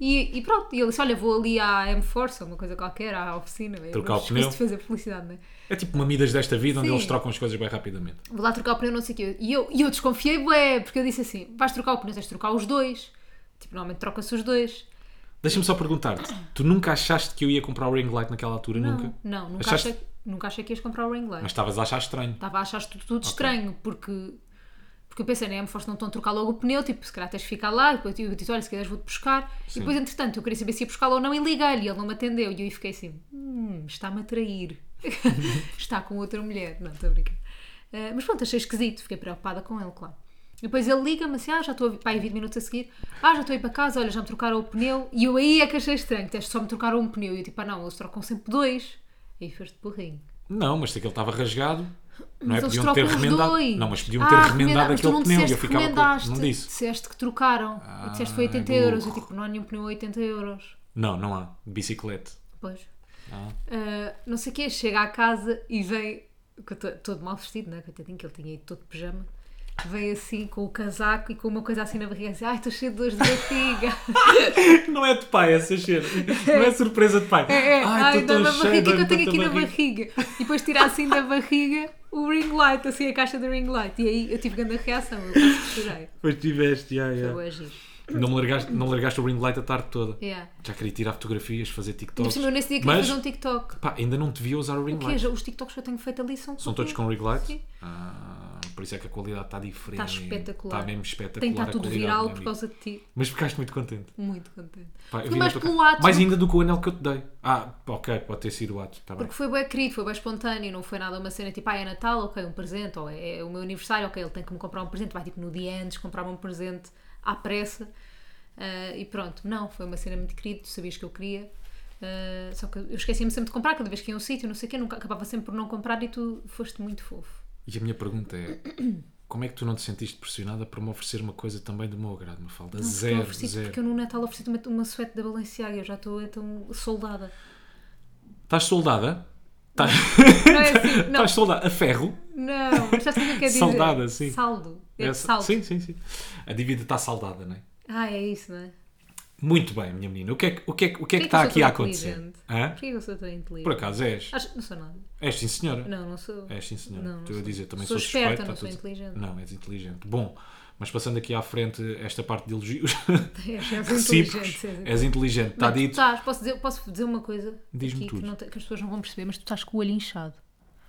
S2: E, e pronto, e ele disse, olha, vou ali à M-Force, ou uma coisa qualquer, à oficina, eu
S1: Trocar
S2: não
S1: o
S2: me esqueço
S1: pneu.
S2: de fazer publicidade, não é?
S1: É tipo uma Midas desta vida, onde
S2: Sim.
S1: eles trocam as coisas bem rapidamente.
S2: vou lá trocar o pneu, não sei o quê. E eu, e eu desconfiei, bué, porque eu disse assim, vais trocar o pneu, tens de trocar os dois, tipo, normalmente troca-se os dois.
S1: Deixa-me só perguntar-te. Tu nunca achaste que eu ia comprar o ring light naquela altura? nunca?
S2: Não, não, nunca,
S1: Achaste-
S2: achei, nunca achei que ias comprar o ring light.
S1: Mas estavas a achar estranho.
S2: Estava a achar tudo, tudo estranho, porque, porque eu pensei, né, me força não estão a trocar logo o pneu, tipo, se calhar tens de ficar lá, e depois eu disse, olha, se quiseres vou-te buscar. E depois, entretanto, eu queria saber se ia buscar ou não, e liguei-lhe, e ele não me atendeu, e eu fiquei assim, hum, está-me a trair, está com outra mulher, não, estou a brincar. Eh, mas pronto, achei esquisito, fiquei preocupada com ele, claro. E Depois ele liga-me assim, ah, já estou a vir, pá, aí 20 minutos a seguir, ah, já estou a ir para casa, olha, já me trocaram o pneu, e eu aí é que achei estranho, tens só me trocaram um pneu, e eu tipo, ah não, eles trocam sempre dois, e foste burrinho.
S1: Não, mas aquele estava rasgado. Não é?
S2: Mas eles
S1: Podiam ter
S2: trocam os
S1: remendado.
S2: dois.
S1: Não, mas podiam
S2: Ah,
S1: ter
S2: remenda-
S1: remendado
S2: mas tu
S1: aquele
S2: não
S1: pneu. E
S2: disseste
S1: eu
S2: que
S1: ficava
S2: remendaste.
S1: com... Não disse.
S2: Disseste que trocaram. e disseste que foi
S1: Ah,
S2: 80
S1: burro.
S2: euros. Eu tipo, não há nenhum pneu a 80 euros.
S1: Não, não há. Bicicleta.
S2: Pois.
S1: Ah.
S2: Ah, não sei o quê. Chega à casa e vem... que eu tô- Todo mal vestido, não é? Coitadinho, que ele tinha ido todo de pijama. Vem assim com o casaco e com uma coisa assim na barriga. Assim, Ai, estou cheio de dores de barriga.
S1: Não é de pai essa cena. Não é surpresa de pai.
S2: É, é. Ai,
S1: estou
S2: dá-me
S1: tão
S2: a
S1: cheio,
S2: barriga o que eu
S1: dói-me
S2: tenho
S1: tanta
S2: aqui na barriga. E depois tirar assim da barriga o ring light, assim a caixa do ring light. E aí eu tive grande reação. Eu quase chorei.
S1: Pois tiveste, já, já.
S2: Foi bué giro.
S1: Não, me largaste, não largaste o ring light a tarde toda.
S2: Yeah.
S1: Já queria tirar fotografias, fazer
S2: Por
S1: TikToks.
S2: cima, eu nesse dia queria
S1: Então, mas,
S2: fazer um TikTok.
S1: pá, ainda não te via usar o ring
S2: O quê?
S1: light.
S2: Já- Os TikToks que eu tenho feito ali são.
S1: São todos com ring light?
S2: Sim.
S1: Ah, por isso é que a qualidade está diferente.
S2: Está Tá espetacular.
S1: Está tá mesmo espetacular.
S2: Tem que estar
S1: a
S2: tudo
S1: qualidade,
S2: viral
S1: meu
S2: por
S1: amigo.
S2: causa de ti.
S1: Mas ficaste muito contente.
S2: Muito contente.
S1: Pá, eu vi
S2: Foi
S1: na
S2: mais
S1: tua
S2: pelo
S1: cara.
S2: ato.
S1: Mais ainda do que o anel que eu te dei. Ah, ok, pode ter sido o ato. Está bem.
S2: Porque foi bem querido, foi bem espontâneo, não foi nada uma cena tipo, ah, é Natal, ok, um presente, ou é, é o meu aniversário, ok, ele tem que me comprar um presente, vai tipo no dia antes comprar-me um presente à pressa Ah, e pronto. Não, foi uma cena muito querida, tu sabias que eu queria, Ah, só que eu esquecia-me sempre de comprar, cada vez que ia a um sítio, não sei o quê, nunca, acabava sempre por não comprar e tu foste muito fofo.
S1: E a minha pergunta é: como é que tu não te sentiste pressionada para me oferecer uma coisa também do meu agrado? Me falta
S2: Não, porque eu
S1: zero,
S2: ofereci-te,
S1: zero.
S2: Porque eu no Natal ofereci-te uma, uma suéte da Balenciaga, eu já estou então soldada.
S1: Estás soldada? Estás
S2: Não é assim, não,
S1: estás soldada a ferro?
S2: não, mas sabes o que é que é dizer?
S1: Soldada, sim.
S2: Saldo, é
S1: Essa-
S2: saldo.
S1: Sim, sim, sim. A dívida está saldada, não é?
S2: Ah, é isso, não é?
S1: Muito bem, minha menina. O que é que, o que, é, que- o que, é que
S2: Porquê que eu
S1: está
S2: sou
S1: aqui
S2: tão
S1: a acontecer?
S2: inteligente?
S1: Hã?
S2: Porquê que eu sou tão inteligente?
S1: Por acaso és?
S2: Acho- não sou nada.
S1: És sim, senhora.
S2: Não, não sou.
S1: És sim, senhora.
S2: Não, não
S1: Estou a
S2: sou.
S1: dizer, também sou,
S2: Sou esperta,
S1: suspeita,
S2: não sou
S1: tudo-
S2: inteligente.
S1: Não, és inteligente. Bom, mas passando aqui à frente esta parte de elogios
S2: És inteligente.
S1: recíprocos, és inteligente. é Está
S2: Mas tá- tu
S1: dito.
S2: estás, posso, dizer, posso dizer uma coisa
S1: Diz-me
S2: aqui
S1: tudo.
S2: Que, não te- que as pessoas não vão perceber, mas tu estás com o olho inchado.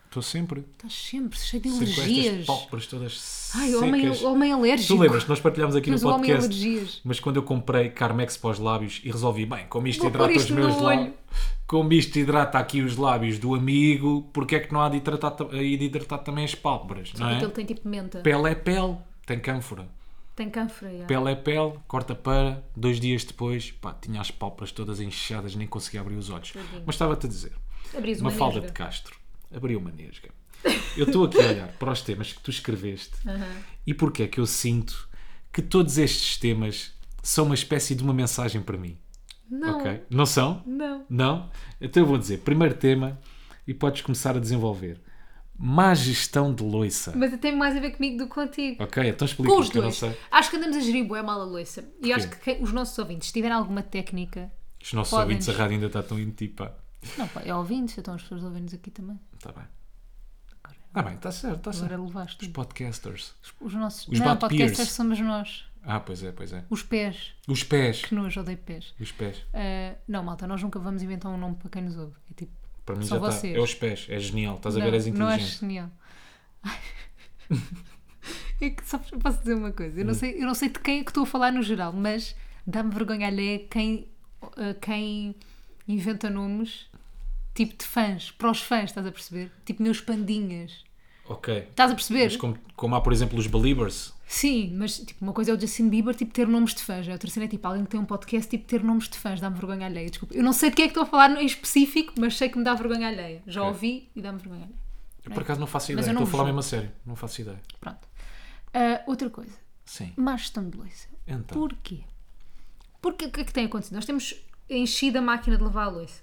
S1: Estou sempre.
S2: Estás sempre cheio de
S1: Sempre com estas
S2: alergias.
S1: pálpebras todas
S2: Ai,
S1: secas.
S2: homem, é homem alérgico.
S1: Tu lembras, nós partilhámos aqui
S2: Tipo, Mas
S1: no
S2: o homem é
S1: podcast.
S2: alergias.
S1: Mas quando eu comprei Carmex para os lábios e resolvi, bem, como isto
S2: Vou
S1: hidrata
S2: pôr
S1: os
S2: isto
S1: meus
S2: no
S1: lábios,
S2: olho.
S1: como isto hidrata aqui os lábios do amigo, porque é que não há de hidratar, ta- aí de hidratar também as pálpebras, não é?
S2: Porque ele tem tipo menta.
S1: Pele é pele, tem cânfora.
S2: Tem cânfora. já.
S1: Pele é pele, corta para, dois dias depois, pá, tinha as pálpebras todas inchadas, nem conseguia abrir os olhos. Mas estava-te a dizer,
S2: Abris uma
S1: uma falda
S2: nesga.
S1: de Castro, abriu uma nesga. Eu estou aqui a olhar para os temas que tu escreveste
S2: Aham.
S1: e porque é que eu sinto que todos estes temas são uma espécie de uma mensagem para mim.
S2: Não,
S1: Ok? Não são?
S2: não.
S1: Não? Então eu vou dizer, primeiro tema, e podes começar a desenvolver. Má gestão de loiça.
S2: Mas tem mais a ver comigo do que contigo.
S1: Ok, então
S2: Com
S1: explica
S2: os
S1: porque eu não
S2: dois.
S1: sei.
S2: Acho que andamos a gerir bué mal a louça. E acho que quem- os nossos ouvintes, se tiverem alguma técnica...
S1: Os nossos
S2: Podem.
S1: ouvintes, a rádio ainda está tão em ti, pá.
S2: Não, pá, é ouvintes, então as pessoas ouvem-nos aqui também.
S1: Está bem. Está bem, está certo, está certo.
S2: Agora levaste
S1: Os podcasters.
S2: os, os nossos
S1: os
S2: não,
S1: bad
S2: podcasters
S1: peers.
S2: somos nós.
S1: Ah, pois é, pois é.
S2: Os pés,
S1: Os pés.
S2: que nos odeio pés.
S1: Os pés.
S2: Ah, não, malta, nós nunca vamos inventar um nome para quem nos ouve. É tipo,
S1: Para mim
S2: Só
S1: já está.
S2: vocês.
S1: É os pés. É genial. Estás a
S2: não,
S1: ver, és
S2: não é
S1: inteligente.
S2: genial. Ai. É que só posso dizer uma coisa.
S1: Hum.
S2: Eu não, sei, eu não sei de quem é que estou a falar no geral, mas dá-me vergonha alheia quem, ah, quem inventa nomes tipo de fãs, para os fãs, estás a perceber? Tipo meus pandinhas.
S1: Ok.
S2: Estás a perceber?
S1: Mas como, como há, por exemplo, os Believers.
S2: Sim, mas tipo, uma coisa é o Justin Bieber tipo, ter nomes de fãs, a outra cena é tipo alguém que tem um podcast tipo ter nomes de fãs, dá-me vergonha alheia, desculpa. Eu não sei de que é que estou a falar em específico, mas sei que me dá vergonha alheia. Já
S1: Ok.
S2: ouvi e dá-me vergonha alheia.
S1: Eu por acaso não faço
S2: Mas
S1: ideia.
S2: eu não
S1: Estou a falar
S2: julgo.
S1: mesmo a sério. Não faço ideia.
S2: Pronto. Ah, outra coisa,
S1: Sim.
S2: má gestão de louça.
S1: Então.
S2: Porquê? Porque o que é que tem acontecido? Nós temos enchido a máquina de lavar a louça.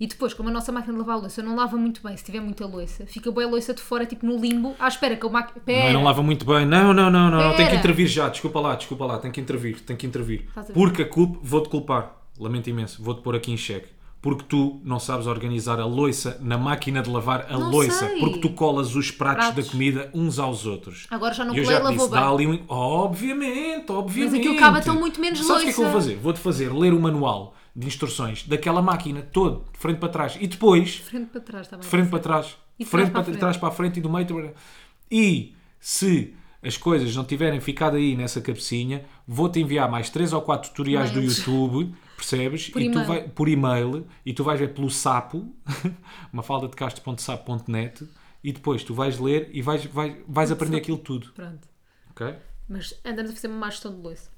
S2: E depois, como a nossa máquina de lavar a louça não lava muito bem, se tiver muita louça, fica bem a louça de fora, tipo no limbo, à espera que o máquina.
S1: Não, eu não lava muito bem. Não, não, não, não, não. Tem que
S2: É. Pera. assim.
S1: intervir já. Desculpa lá, desculpa lá. Tem que intervir, tem que intervir.
S2: Estás a ver?
S1: Porque a culpa, vou-te culpar. Lamento imenso. Vou-te pôr aqui em xeque. Porque tu não sabes organizar a loiça na máquina de lavar a
S2: Não
S1: loiça.
S2: sei.
S1: Porque tu colas os pratos,
S2: Pratos.
S1: da comida uns aos outros.
S2: Agora já não
S1: E eu
S2: colei,
S1: já te
S2: lavou
S1: disse,
S2: bem.
S1: dá ali um... Obviamente, obviamente.
S2: aquilo acaba tão muito menos
S1: Sabes o que é que eu vou
S2: loiça.
S1: fazer? Vou-te fazer ler o manual de instruções daquela máquina todo, de frente para trás. E depois
S2: Frente para trás, está bem?
S1: de frente para trás, de
S2: E de
S1: frente
S2: trás para
S1: para
S2: a frente.
S1: trás para a frente e do meio para... e se as coisas não tiverem ficado aí nessa cabecinha, vou-te enviar mais três ou quatro tutoriais do
S2: Mails.
S1: YouTube, percebes?
S2: Por
S1: e tu
S2: e-mail.
S1: vai, por e-mail e tu vais ver pelo sapo, mafaldadecastro.sapo.net e depois tu vais ler e vais, vais, vais aprender aquilo tudo,
S2: Pronto.
S1: ok?
S2: Mas andamos a fazer uma má gestão de louça.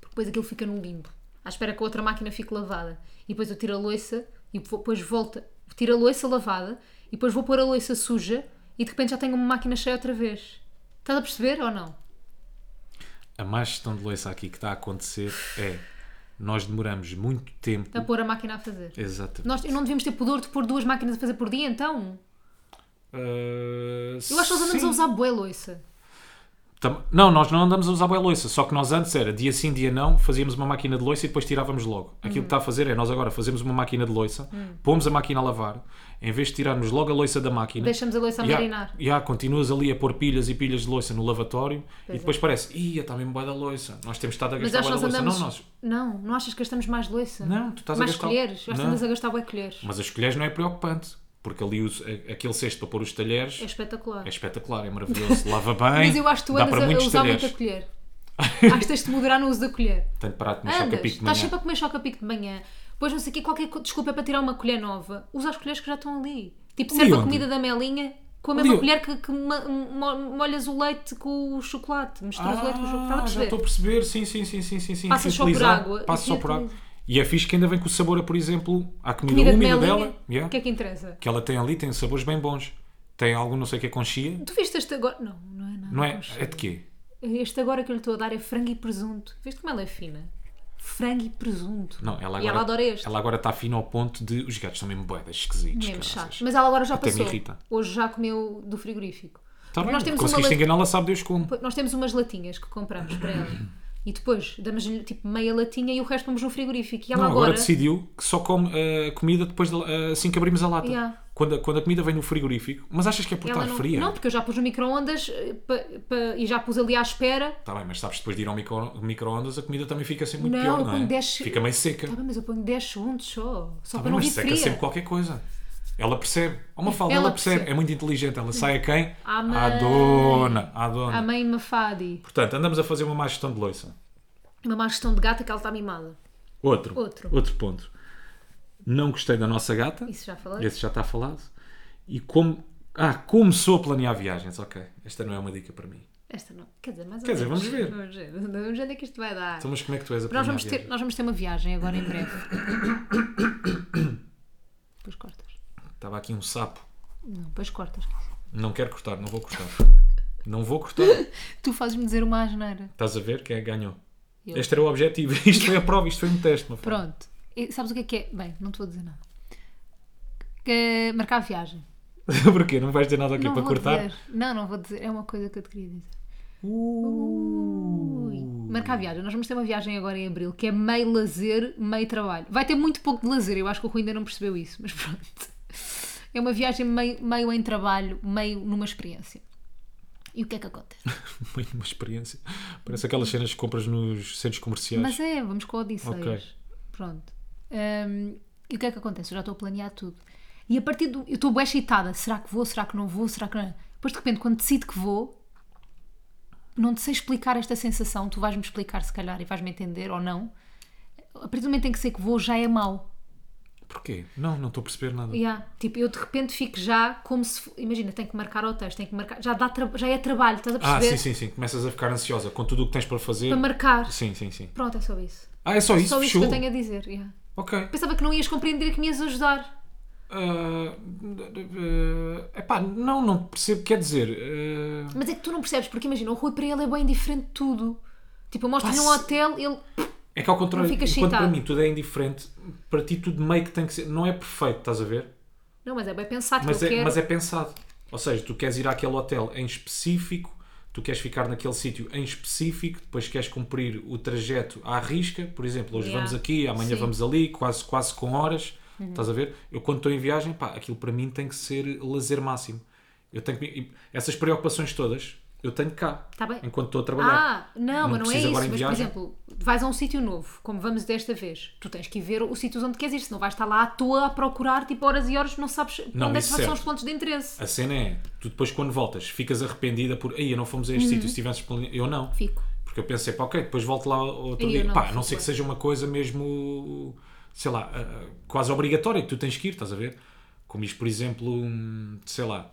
S2: Porque depois aquilo fica no limbo. À espera que a outra máquina fique lavada. E depois eu tiro a louça e vou- depois volta. Tiro a louça lavada e depois vou pôr a louça suja e de repente já tenho uma máquina cheia outra vez. Estás a perceber ou não?
S1: A má gestão de louça aqui que está a acontecer é nós demoramos muito tempo...
S2: A pôr a máquina a fazer.
S1: Exatamente.
S2: Então, Nós não devíamos ter pudor de pôr duas máquinas a fazer por dia, então?
S1: Ah,
S2: Eu acho que nós andamos
S1: sim.
S2: a usar bué louça.
S1: Tam- Não, nós não andamos a usar boa loiça, só que nós antes era dia sim, dia não, fazíamos uma máquina de loiça e depois tirávamos logo. Aquilo
S2: Hum.
S1: que está a fazer é nós agora fazemos uma máquina de loiça, pomos a máquina a lavar, em vez de tirarmos logo a loiça da máquina,
S2: Deixamos a louça a
S1: já,
S2: marinar.
S1: já, continuas ali a pôr pilhas e pilhas de loiça no lavatório e depois parece, ia, está mesmo boa da loiça, nós temos estado a
S2: é. Mas
S1: gastar
S2: acho que
S1: boa
S2: nós
S1: da loiça.
S2: andamos.
S1: Não, nós.
S2: Não, não achas que gastamos mais louça?
S1: Não, tu estás a
S2: mais
S1: gastar-
S2: colheres. Acho que
S1: Não.
S2: andas a gastar bem colheres.
S1: Mas as colheres não é preocupante, porque ali os- a- aquele cesto para pôr os talheres
S2: É espetacular.
S1: é espetacular, é maravilhoso, lava bem,
S2: Mas eu acho que tu
S1: dá
S2: andas
S1: para
S2: a, a
S1: muitos
S2: usar
S1: talheres.
S2: muito a colher. Acho que tens de moderar no uso da colher.
S1: Tenho de parar de comer
S2: Andas,
S1: choca-pico de manhã.
S2: estás sempre a comer choca-pico de manhã. Pois não sei o quê, qualquer co- desculpa para tirar uma colher nova. Usa as colheres que já estão ali. Tipo,
S1: Ali
S2: serve a
S1: onde?
S2: comida da melinha com a
S1: Ali
S2: mesma
S1: onde?
S2: colher que, que ma- mo- molhas o leite com o chocolate. Misturas o leite com o chocolate. Estás a
S1: Ah, já
S2: perceber?
S1: estou a perceber, sim, sim, sim, sim, sim, sim.
S2: Passa só por
S1: Reutilizar.
S2: água.
S1: Passa só por água.
S2: Reutiliza.
S1: E é fixe que ainda vem com o sabor, a, por exemplo, à comida,
S2: Comida de
S1: úmida
S2: melinha.
S1: dela, yeah,
S2: O que é que interessa?
S1: que ela tem ali, tem sabores bem bons. Tem algo, não sei o que é conchia,
S2: Tu viste este agora? Não, não é nada.
S1: não é?
S2: mas-
S1: É de quê?
S2: Este agora que eu lhe estou a dar é frango e presunto. Viste como ela é fina? Frango e presunto.
S1: Não, ela agora,
S2: E ela adora este.
S1: Ela agora está fina ao ponto de. Os gatos são mesmo boedas esquisitos.
S2: Mesmo
S1: caraças.
S2: chato. Mas ela agora já
S1: Até me
S2: passou.
S1: irrita.
S2: Hoje já comeu do frigorífico.
S1: Tá bem,
S2: nós temos uma
S1: conseguiste
S2: lata-
S1: enganá-la, sabe Deus como.
S2: Nós temos umas latinhas que compramos para ela. E depois damos-lhe tipo meia latinha e o resto pomos no frigorífico. E ela
S1: Não, agora...
S2: agora.
S1: decidiu que só come a comida depois de- eh, assim que abrimos a lata.
S2: Yeah.
S1: Quando, a, quando a comida vem no frigorífico. Mas achas que é por
S2: ela
S1: estar
S2: não...
S1: fria?
S2: não, porque eu já pus no micro-ondas eh, pa- pa- e já pus ali à espera.
S1: Está Tá bem, mas sabes, depois de ir ao micro- micro-ondas, a comida também fica assim muito
S2: Não,
S1: pior,
S2: eu
S1: não é?
S2: ponho 10
S1: Fica meio seca.
S2: Tá bem, mas eu ponho 10 segundos só. Só
S1: Tá
S2: para
S1: bem,
S2: não
S1: mas
S2: vir
S1: seca
S2: fria.
S1: sempre qualquer coisa. Ela percebe. Há uma fala,
S2: Ela
S1: ela, percebe.
S2: percebe.
S1: É muito inteligente. Ela sai a quem?
S2: À mãe.
S1: à dona. À dona.
S2: A mãe Mafadi.
S1: Portanto, andamos a fazer uma má gestão de loiça.
S2: Uma má gestão de gata que ela está mimada.
S1: Outro.
S2: Outro.
S1: ponto. Não gostei da nossa gata.
S2: Isso já falei.
S1: Esse já está falado. E como... Ah, começou a planear viagens. Ok. Esta não é uma dica para mim.
S2: Esta não. Quer dizer, mais ou
S1: Quer dizer,
S2: menos.
S1: vamos ver.
S2: Vamos ver. Vamos ver onde é que isto vai dar.
S1: Então, mas como é que tu és a
S2: Nós
S1: planear
S2: vamos, ter,
S1: viagens?
S2: nós vamos ter uma viagem agora em breve. Depois cortas.
S1: Estava aqui um sapo.
S2: Não, depois cortas.
S1: Não quero cortar. Não vou cortar. não vou cortar.
S2: Tu fazes-me dizer uma asneira.
S1: Estás a ver quem é que ganhou?
S2: Eu.
S1: Este era o objetivo. Isto foi a prova, isto foi um teste, meu filho.
S2: Pronto. E sabes o que é que é? Bem, não te vou dizer nada. Que- marcar a viagem.
S1: Porquê? Não vais ter nada aqui
S2: não
S1: é para
S2: vou
S1: cortar?
S2: dizer. Não, não vou dizer. É uma coisa que eu te queria dizer.
S1: Ui.
S2: Marcar a viagem. Nós vamos ter uma viagem agora em abril que é meio lazer, meio trabalho. Vai ter muito pouco de lazer. Eu acho que o Rui ainda não percebeu isso, mas pronto. É uma viagem meio, meio em trabalho, meio numa experiência. E o que é que acontece?
S1: Meio uma experiência. Parece aquelas cenas que compras nos centros comerciais.
S2: Mas é, vamos com Odisseias.
S1: Ok.
S2: Pronto. Hum, e o que é que acontece? Eu já estou a planear tudo. E a partir do. Eu estou bem excitada. Será que vou? Será que não vou? Será que não? Depois de repente, quando decido que vou, não te sei explicar esta sensação. Tu vais-me explicar, se calhar, e vais-me entender ou não. A partir do momento em que sei que vou, já é mau.
S1: Porquê? Não, não estou a perceber nada.
S2: Yeah. Tipo, é- eu de repente fico já como se. fo- Imagina, tenho que marcar hotéis, tenho que marcar. Já, dá tra- já é trabalho, estás a perceber?
S1: Ah, sim, sim, sim. Começas a ficar ansiosa com tudo o que tens para fazer.
S2: Para marcar.
S1: Sim, sim, sim.
S2: Pronto, é só isso.
S1: Ah, é só isso?
S2: só isso
S1: Fechou?
S2: que eu tenho a dizer. yeah.
S1: Ok.
S2: Pensava que não ias compreender que me ias ajudar.
S1: Ah, ah, epá, não, não percebo. Quer dizer, ah,
S2: Mas é que tu não percebes, porque imagina, o Rui para ele é bem diferente de tudo. Tipo, eu mostro-lhe
S1: Pá,
S2: um
S1: se-
S2: hotel, ele.
S1: é que ao contrário,
S2: Não fica
S1: enquanto para
S2: excitado.
S1: mim tudo é indiferente, para ti tudo meio que tem que ser. Não é perfeito, estás a ver?
S2: Não, mas é bem pensado
S1: Mas
S2: que eu
S1: é,
S2: quero.
S1: mas é pensado. Ou seja, tu queres ir àquele hotel em específico, tu queres ficar naquele sítio em específico, depois queres cumprir o trajeto à risca. Por exemplo, hoje
S2: Yeah.
S1: vamos aqui, amanhã
S2: Sim. Uhum.
S1: vamos ali, quase, quase com horas. Estás a ver? Eu quando estou em viagem, pá, aquilo para mim tem que ser lazer máximo. Eu tenho que, e essas preocupações todas eu tenho cá,
S2: Tá bem.
S1: enquanto estou a trabalhar.
S2: Ah, não, mas não é
S1: preciso
S2: isso.
S1: agora em
S2: Mas, por
S1: viagem.
S2: exemplo, vais a um sítio novo, como vamos desta vez. Tu tens que ir ver o sítio onde queres ir, senão vais estar lá à toa a procurar, tipo, horas e horas, não sabes
S1: Não,
S2: onde é que
S1: isso
S2: são
S1: certo.
S2: os pontos de interesse.
S1: A cena é, tu depois quando voltas, ficas arrependida por, aí não fomos a
S2: Uhum.
S1: este sítio, se tivesses plane- eu não.
S2: Fico.
S1: Porque eu pensei, pá, ok, depois volto lá outro
S2: Eu
S1: dia.
S2: não,
S1: pá, a
S2: por
S1: não ser
S2: favor.
S1: que seja uma coisa mesmo, sei lá, ah, ah, quase obrigatória que tu tens que ir, estás a ver? Como isto, por exemplo, hum, sei lá,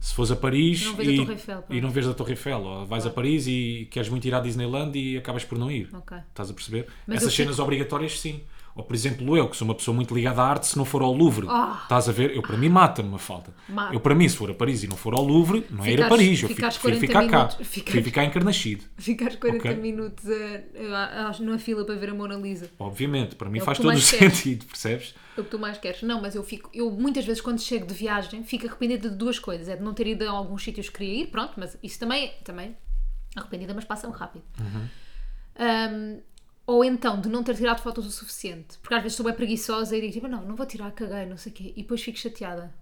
S1: se fores a Paris
S2: Não vês a
S1: e,
S2: Torre Eiffel, pronto.
S1: e não vês a Torre Eiffel, ou vais a Paris e queres muito ir à Disneyland e acabas por não ir.
S2: Ok.
S1: Estás a perceber?
S2: Mas eu
S1: Essas
S2: fico-
S1: cenas obrigatórias, sim. Ou, por exemplo, eu, que sou uma pessoa muito ligada à arte, se não for ao Louvre,
S2: Ah.
S1: estás a ver? Eu, para mim, mata-me uma falta.
S2: Mata.
S1: Eu, para mim, se for a Paris e não for ao Louvre, não é ir a
S2: Ficares-
S1: Paris. Eu
S2: ficares
S1: fico- prefiro
S2: 40
S1: ficar cá.
S2: minutos. Ficares-
S1: Prefiro ficar encarnascido.
S2: Ficares 40
S1: Ok.
S2: minutos eh, a, a, a, na fila para ver a Mona Lisa.
S1: Obviamente, para mim
S2: É o
S1: faz
S2: que tu
S1: todo o
S2: mais queres.
S1: sentido, percebes?
S2: É o que tu mais queres. Não, mas eu fico, eu muitas vezes quando chego de viagem fico arrependida de duas coisas. É de não ter ido a alguns sítios que queria ir, pronto, mas isso também, também arrependida, mas passam rápido.
S1: Uhum.
S2: Um, ou então de não ter tirado fotos o suficiente, porque às vezes estou é preguiçosa e digo tipo, não, não vou tirar, caguei, não sei o quê, e depois fico chateada.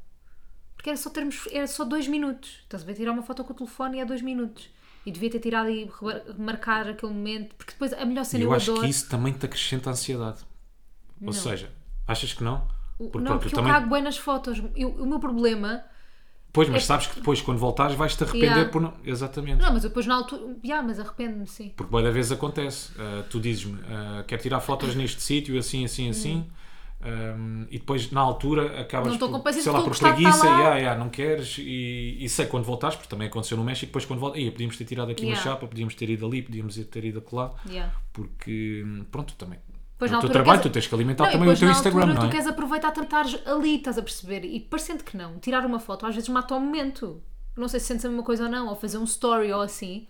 S2: Porque era só termos, era só dois minutos. Estás a ver tirar uma foto com o telefone e é dois minutos. E devia ter tirado e rebar- marcar aquele momento, porque depois a melhor
S1: E
S2: cena
S1: eu acho
S2: adoro.
S1: que isso também te acrescenta ansiedade. Ou seja, achas que não? Porque,
S2: não,
S1: pronto,
S2: porque
S1: eu
S2: eu
S1: também.
S2: cago bem nas fotos. Eu- o meu problema
S1: Pois, mas sabes que depois, quando voltares, vais-te arrepender
S2: é Yeah.
S1: por não. Exatamente.
S2: Não, mas eu depois na altura. Ya, mas arrependo-me, sim.
S1: Porque boa da vez acontece. Ah, tu dizes-me, ah, quero tirar fotos neste sítio, assim,
S2: Hum.
S1: assim, assim. Ah, e depois, na altura, acabas
S2: Não estou com paciência,
S1: sei lá,
S2: estou
S1: por
S2: a gostar de
S1: preguiça,
S2: estar tá lá.
S1: yeah, yeah, não queres. E, e sei quando voltares, porque também aconteceu no México, depois quando voltas, "Ei, podíamos ter tirado aqui
S2: Yeah.
S1: uma chapa, podíamos ter ido ali, podíamos ter ido acolá.
S2: Ya.
S1: Porque, pronto, também.
S2: Pois,
S1: é
S2: na
S1: o teu
S2: altura,
S1: trabalho,
S2: queres-
S1: tu tens que alimentar
S2: Não, e
S1: Então também o
S2: depois
S1: teu
S2: na
S1: Instagram, não
S2: altura, tu
S1: é?
S2: queres aproveitar tanto estares ali, estás a perceber? E parecendo que não, tirar uma foto às vezes mata o momento. Não sei se sentes a mesma coisa ou não, ou fazer um story ou assim.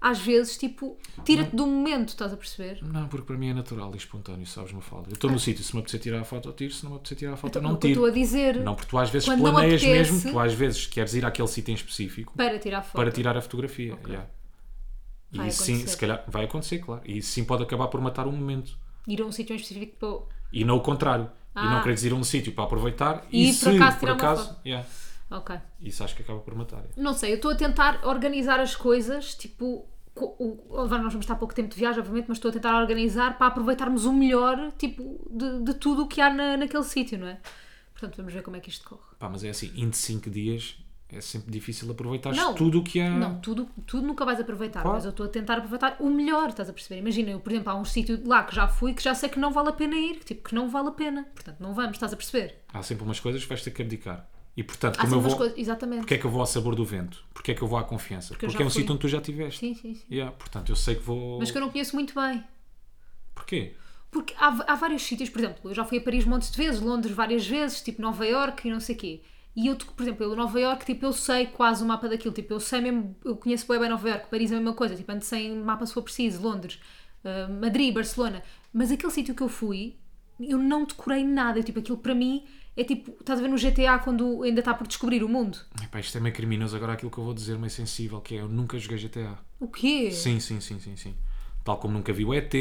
S2: Às vezes, tipo, tira-te do momento, estás a perceber?
S1: Não, porque para mim é natural e espontâneo, sabes, me fala. Eu estou no sítio, se me apetecer tirar a foto, eu tiro, se não me apetecer tirar a foto,
S2: É. Então,
S1: eu
S2: é
S1: não
S2: o que eu
S1: tiro.
S2: estou a dizer
S1: Não, porque tu às vezes
S2: Quando não
S1: planeias
S2: apetece-
S1: mesmo, tu às vezes queres ir àquele sítio em específico
S2: para tirar foto.
S1: para tirar a fotografia. yeah. E
S2: Vai
S1: sim,
S2: acontecer.
S1: se calhar vai acontecer, claro. E isso sim pode acabar por matar um momento.
S2: Ir a um sítio em específico para.
S1: E não o contrário. E
S2: Ah.
S1: não queres ir a um sítio para aproveitar
S2: E
S1: e,
S2: ir
S1: se
S2: por acaso
S1: por
S2: tirar uma
S1: acaso. yeah,
S2: Ok.
S1: Isso acho que acaba por matar. yeah.
S2: Não sei, eu estou a tentar organizar as coisas, tipo. co- o- o- Nós vamos estar pouco tempo de viagem, obviamente, mas estou a tentar organizar para aproveitarmos o melhor tipo, de, de tudo o que há na- naquele sítio, não é? Portanto, vamos ver como é que isto corre.
S1: Pá, mas é assim, em 5 dias é sempre difícil aproveitar
S2: Não.
S1: tudo o que é.
S2: Não, tudo, tudo nunca vais aproveitar,
S1: Claro.
S2: mas eu estou a tentar aproveitar o melhor, estás a perceber? Imagina, eu, por exemplo, há um sítio lá que já fui que já sei que não vale a pena ir, que, tipo, que não vale a pena, portanto, não vamos, estás a perceber?
S1: Há sempre umas coisas que vais ter que abdicar. E portanto,
S2: Há
S1: como
S2: sempre
S1: eu
S2: umas
S1: vou.
S2: coisas, exatamente.
S1: Porque é que eu vou ao sabor do vento? Porque é que eu vou à confiança?
S2: Porque
S1: Porque,
S2: eu já
S1: é um
S2: fui.
S1: sítio onde tu já estiveste.
S2: Sim, sim, sim.
S1: Yeah, portanto, eu sei que vou.
S2: Mas que eu não conheço muito bem.
S1: Porquê?
S2: Porque há, há vários sítios, por exemplo, eu já fui a Paris montes de vezes, Londres várias vezes, tipo Nova Iorque e não sei quê. E eu, por exemplo, eu Nova Iorque, tipo, eu sei quase o mapa daquilo, tipo, eu sei mesmo, eu conheço bem bem Nova Iorque, Paris é a mesma coisa, tipo, ando sem mapa se for preciso, Londres, ah, Madrid, Barcelona. Mas aquele sítio que eu fui, eu não decorei nada, tipo, aquilo para mim é tipo, estás a ver no GTA quando ainda está por descobrir o mundo?
S1: Epá, isto é meio criminoso agora aquilo que eu vou dizer, meio sensível, que é eu nunca joguei GTA.
S2: O quê?
S1: Sim, sim, sim, sim, sim. Tal como nunca vi o ET,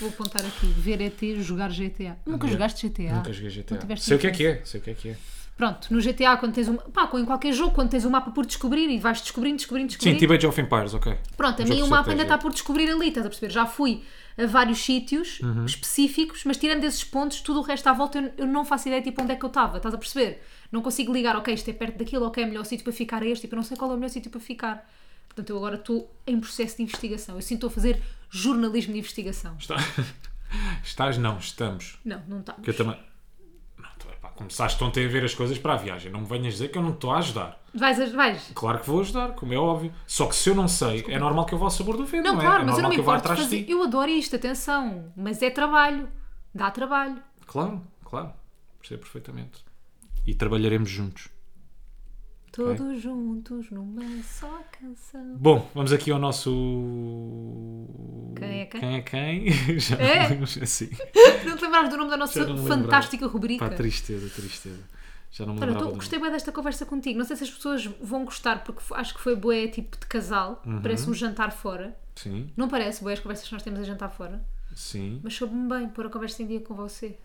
S2: Vou apontar aqui, ver ET, jogar GTA. Nunca
S1: Yeah.
S2: jogaste GTA?
S1: Uhum. nunca joguei GTA.
S2: Ah, tiveste
S1: Sei o que é que é, sei o que é que é.
S2: Pronto, no GTA, quando tens um. Pá, com- em qualquer jogo, quando tens um mapa por descobrir e vais descobrindo, descobrindo,
S1: Sim,
S2: descobrindo.
S1: tipo Age of Empires, ok.
S2: Pronto, a
S1: Um jogo de
S2: mim o mapa ainda
S1: estratégia.
S2: está por descobrir ali, estás a perceber? Já fui a vários sítios
S1: Uhum.
S2: específicos, mas tirando esses pontos, tudo o resto à volta eu, eu não faço ideia tipo onde é que eu estava, estás a perceber? Não consigo ligar, ok, isto é perto daquilo, ok, é o melhor sítio para ficar é este, tipo, eu não sei qual é o melhor sítio para ficar. Portanto, eu agora estou em processo de investigação. Eu sinto estou a fazer jornalismo de investigação.
S1: Está- Estás, não, estamos.
S2: Não, não tá. está.
S1: Que eu também. Não, tu, epá, começaste ontem a ver as coisas para a viagem. Não me venhas dizer que eu não te estou a ajudar.
S2: Vais, a- vais.
S1: Claro que vou ajudar, como é óbvio. Só que se eu não sei, é normal que eu vá ao sabor do vento,
S2: Não,
S1: não, é?
S2: claro,
S1: é
S2: mas eu
S1: normal
S2: não me
S1: que eu vá
S2: importo de
S1: atrás de ti.
S2: fazer. Eu adoro isto, atenção. Mas é trabalho. Dá trabalho.
S1: Claro, claro. Percebo perfeitamente. E trabalharemos juntos.
S2: Todos juntos numa só canção.
S1: Bom, vamos aqui ao nosso.
S2: Quem é quem?
S1: Quem é quem? Já
S2: É?
S1: vamos assim.
S2: Não te lembrares do nome da nossa
S1: Já não me
S2: fantástica rubrica?
S1: Pá, tristeza, tristeza. Já não me
S2: Olha, eu
S1: lembrava.
S2: tô-
S1: do nome.
S2: gostei bem desta conversa contigo. Não sei se as pessoas vão gostar, porque f- acho que foi boé tipo de casal.
S1: Uhum.
S2: Parece um jantar fora.
S1: Sim,
S2: Não parece boé as conversas que nós temos a jantar fora.
S1: sim.
S2: Mas soube-me bem pôr a conversa em dia com você.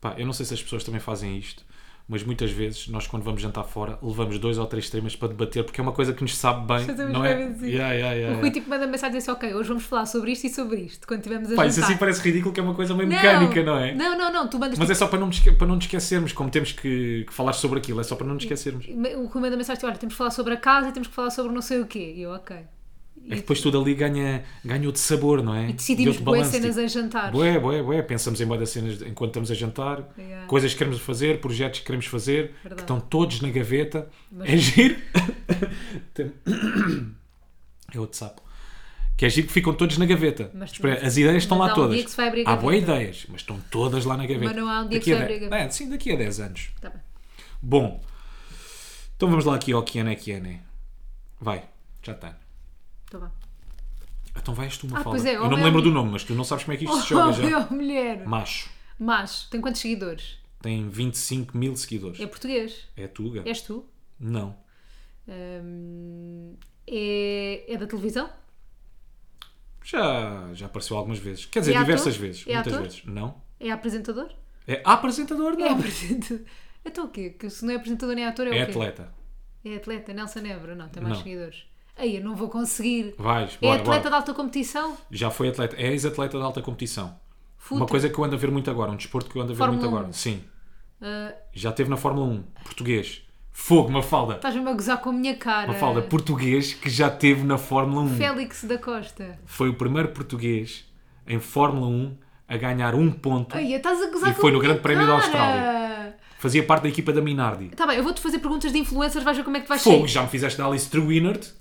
S1: Pá, eu não sei se as pessoas também fazem isto, mas muitas vezes nós, quando vamos jantar fora, levamos dois ou três temas para debater porque é uma coisa que nos sabe bem.
S2: Fazemos
S1: não
S2: bem
S1: é?
S2: assim.
S1: Yeah, yeah,
S2: O
S1: yeah,
S2: Rui
S1: yeah.
S2: tipo manda mensagem e disse: Ok, hoje vamos falar sobre isto e sobre isto. Quando estivermos a
S1: Pá, isso
S2: jantar.
S1: assim parece ridículo que é uma coisa meio mecânica, não, é?
S2: Não, tipo não, não. Tu mandas
S1: Mas é só para não, nos esque- para não nos esquecermos, como temos que, que falar sobre aquilo, é só para não nos esquecermos.
S2: Me- o Rui manda mensagem tipo, olha, temos que falar sobre a casa e temos que falar sobre não sei o quê. E eu, ok.
S1: É que depois tudo ali ganha, ganha outro sabor, não é? E
S2: Decidimos boas cenas
S1: tipo,
S2: a jantar.
S1: Bué, bué, bué. Pensamos em bué das cenas de- enquanto estamos a jantar,
S2: Yeah.
S1: coisas que queremos fazer, projetos que queremos fazer,
S2: Verdade.
S1: que estão todos na gaveta. É giro. Tem- é outro sapo. Que é giro que ficam todos na gaveta.
S2: Mas-
S1: Espera, as ideias estão
S2: mas
S1: lá
S2: há um
S1: todas.
S2: dia que se vai abrir a
S1: há boas
S2: gaveta.
S1: ideias, mas estão todas lá na gaveta.
S2: não há um dia que
S1: Daqui
S2: se
S1: a
S2: vai abrir a
S1: dez-
S2: gaveta.
S1: É, sim, daqui a 10 anos.
S2: Tá bem.
S1: Bom, então vamos lá aqui ao Kiane Kiane. Vai, já está.
S2: Tá bem.
S1: Então vais tu uma
S2: Ah,
S1: fala.
S2: pois é,
S1: Eu
S2: homem
S1: não me lembro
S2: homem.
S1: do nome, mas tu não sabes como é que isto se joga já.
S2: Oh, oh, mulher.
S1: Macho.
S2: Mas, tem quantos seguidores?
S1: Tem 25 mil seguidores.
S2: É português.
S1: É Tuga?
S2: És tu?
S1: Não.
S2: Hum, é é, é da televisão?
S1: Já, já apareceu algumas vezes. Quer dizer,
S2: É ator?
S1: diversas vezes.
S2: É
S1: muitas
S2: ator?
S1: vezes. Não.
S2: É apresentador?
S1: É apresentador,
S2: É
S1: não.
S2: apresentador. Então o quê? Que se não é apresentador nem ator é,
S1: É,
S2: o quê?
S1: atleta.
S2: É atleta. Nelson Nebra, não, tem mais
S1: Não.
S2: seguidores. Aí eu não vou conseguir.
S1: Vais,
S2: é
S1: bora,
S2: atleta
S1: bora.
S2: de alta competição?
S1: Já foi atleta. É ex-atleta de alta competição.
S2: Fútil.
S1: Uma coisa que eu ando a ver muito agora, um desporto que eu ando a ver
S2: Fórmula
S1: muito
S2: 1.
S1: agora. Sim.
S2: Ah,
S1: Já teve na Fórmula 1. Português. Fogo, uma falda.
S2: Estás-me a gozar com a minha cara.
S1: Uma falda português que já teve na Fórmula 1.
S2: Félix da Costa.
S1: Foi o primeiro português em Fórmula 1 a ganhar um ponto.
S2: Ai, estás a gozar
S1: E
S2: com
S1: foi
S2: a
S1: no
S2: minha
S1: Grande Prémio da
S2: cara.
S1: Fazia parte da equipa da Minardi.
S2: Tá bem, eu vou-te fazer perguntas de influencers, vais ver como é que tu vais
S1: Fogo,
S2: ser.
S1: já me fizeste da Alice Truinert.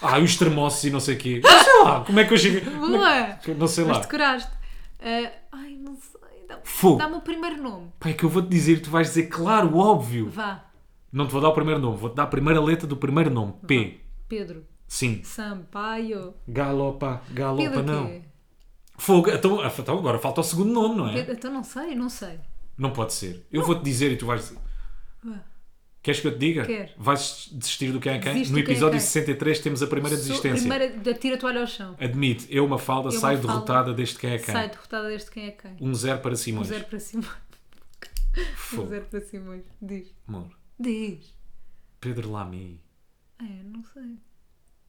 S1: Ah, e os termossos e não sei o quê. Sei lá, como é que eu cheguei.
S2: Boa!
S1: Não sei
S2: Mas
S1: lá.
S2: decoraste. Ah, ai, não sei. Dá-
S1: Fogo.
S2: Dá-me o primeiro nome.
S1: Pai, que eu vou-te dizer, tu vais dizer, claro, óbvio.
S2: Vá.
S1: Não te vou dar o primeiro nome, vou-te dar a primeira letra do primeiro nome.
S2: Uhum.
S1: P.
S2: Pedro.
S1: Sim.
S2: Sampaio.
S1: Galopa, galopa,
S2: Pedro
S1: não.
S2: quê?
S1: Fogo, então, então agora falta o segundo nome, não é?
S2: Pedro, então não sei, não sei.
S1: Não pode ser. Eu vou-te dizer e tu vais dizer. Queres que eu te diga?
S2: Quero.
S1: Vais desistir do quem é quem?
S2: Desisto
S1: no
S2: do quem é
S1: episódio
S2: quem.
S1: 63 temos a primeira desistência.
S2: Sou- Primeira, da- tira a toalha ao chão.
S1: Admite, eu uma falda,
S2: Eu,
S1: saio
S2: Mafalda,
S1: derrotada deste quem é quem.
S2: Sai derrotada deste quem é quem.
S1: Um zero para
S2: Um
S1: Simões.
S2: zero para Simões. Um
S1: Fogo.
S2: zero para Simões. Diz.
S1: Amor,
S2: Diz.
S1: Pedro Lamy.
S2: É, não sei.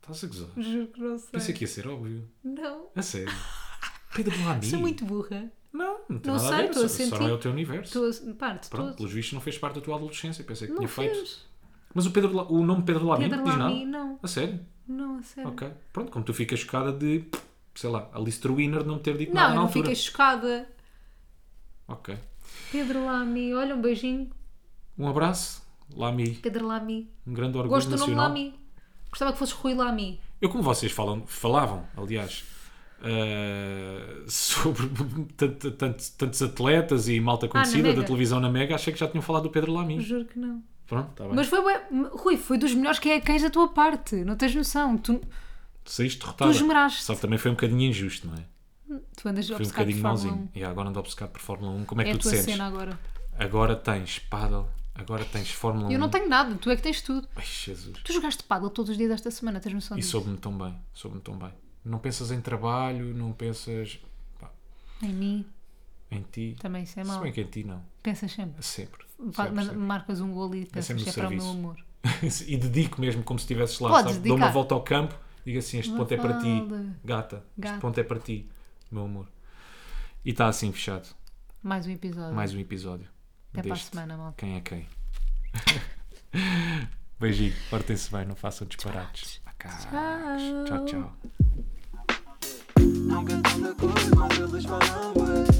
S1: Estás a gozar?
S2: Juro que não sei.
S1: Pensei é que ia ser óbvio.
S2: Não.
S1: A sério. Pedro Lamy.
S2: Sou é muito burra.
S1: Não, não, tem
S2: Não
S1: nada
S2: sei,
S1: a ver.
S2: estou a
S1: só- Só
S2: sentir-
S1: não é o teu universo.
S2: Estou a... Parte,
S1: Pronto,
S2: estou...
S1: pelos vistos não fez parte da tua adolescência. Pensei que
S2: Não
S1: tinha feito.
S2: fez.
S1: Mas o, Pedro, La- o nome Pedro Lamy
S2: Pedro
S1: não diz
S2: Lamy,
S1: nada.
S2: não.
S1: A sério?
S2: Não, a sério.
S1: Ok. Pronto, como tu ficas chocada de, sei lá, Alice Truiner não ter dito
S2: Não,
S1: nada na
S2: eu não
S1: altura.
S2: fiquei chocada.
S1: Ok.
S2: Pedro Lamy, olha um beijinho.
S1: Um abraço, Lami.
S2: Pedro Lamy.
S1: Um grande orgulho
S2: Gosto do nome
S1: nacional.
S2: Lamy. Gostava que fosse Rui Lamy.
S1: Eu, como vocês falam, falavam, aliás, eh, sobre tanto- tanto- tantos atletas e malta conhecida da
S2: Ah, Mega.
S1: televisão na Mega, achei que já tinham falado do Pedro Lamy.
S2: Juro que não.
S1: Pronto, está bem.
S2: Mas foi bué- Rui, foi dos melhores que é cães da tua parte. Não tens noção. Tu,
S1: Saíste derrotada.
S2: tu esmeraste.
S1: Só que também foi um bocadinho injusto, não é?
S2: tu andas
S1: Foi um
S2: obcecado
S1: bocadinho
S2: de Fórmula
S1: mauzinho.
S2: 1.
S1: E agora ando obcecado por Fórmula 1. Como é que
S2: É a
S1: tu te
S2: tua
S1: sentes?
S2: cena agora.
S1: Agora tens paddle, agora tens Fórmula 1.
S2: Eu não tenho nada, tu é que tens tudo.
S1: Ai, Jesus.
S2: Tu jogaste paddle todos os dias desta semana, tens noção
S1: E
S2: disso?
S1: soube-me tão bem, soube-me tão bem. Não pensas em trabalho, não pensas pá,
S2: Em mim
S1: em ti.
S2: também, isso é
S1: Se
S2: mau.
S1: bem que em ti não,
S2: Pensas sempre.
S1: sempre.
S2: Fa-
S1: Sempre,
S2: mas-
S1: sempre.
S2: Marcas um gol e pensas
S1: sempre
S2: que
S1: no
S2: é para o meu
S1: serviço.
S2: amor.
S1: e dedico mesmo como se estivesses lá,
S2: Podes
S1: sabe? Dou uma
S2: dedicar.
S1: volta ao campo digo assim: este ponto é para ti,
S2: Mafalda.
S1: gata,
S2: Gata.
S1: este ponto é para ti, meu amor. E está assim fechado.
S2: Mais um episódio.
S1: Mais um episódio.
S2: Até para a
S1: deste
S2: semana, malta.
S1: Quem é quem? Beijinho, portem-se bem, não façam disparates. Macacos. Tchau, tchau.
S3: Nunca tanta cor, mas eles falam bué.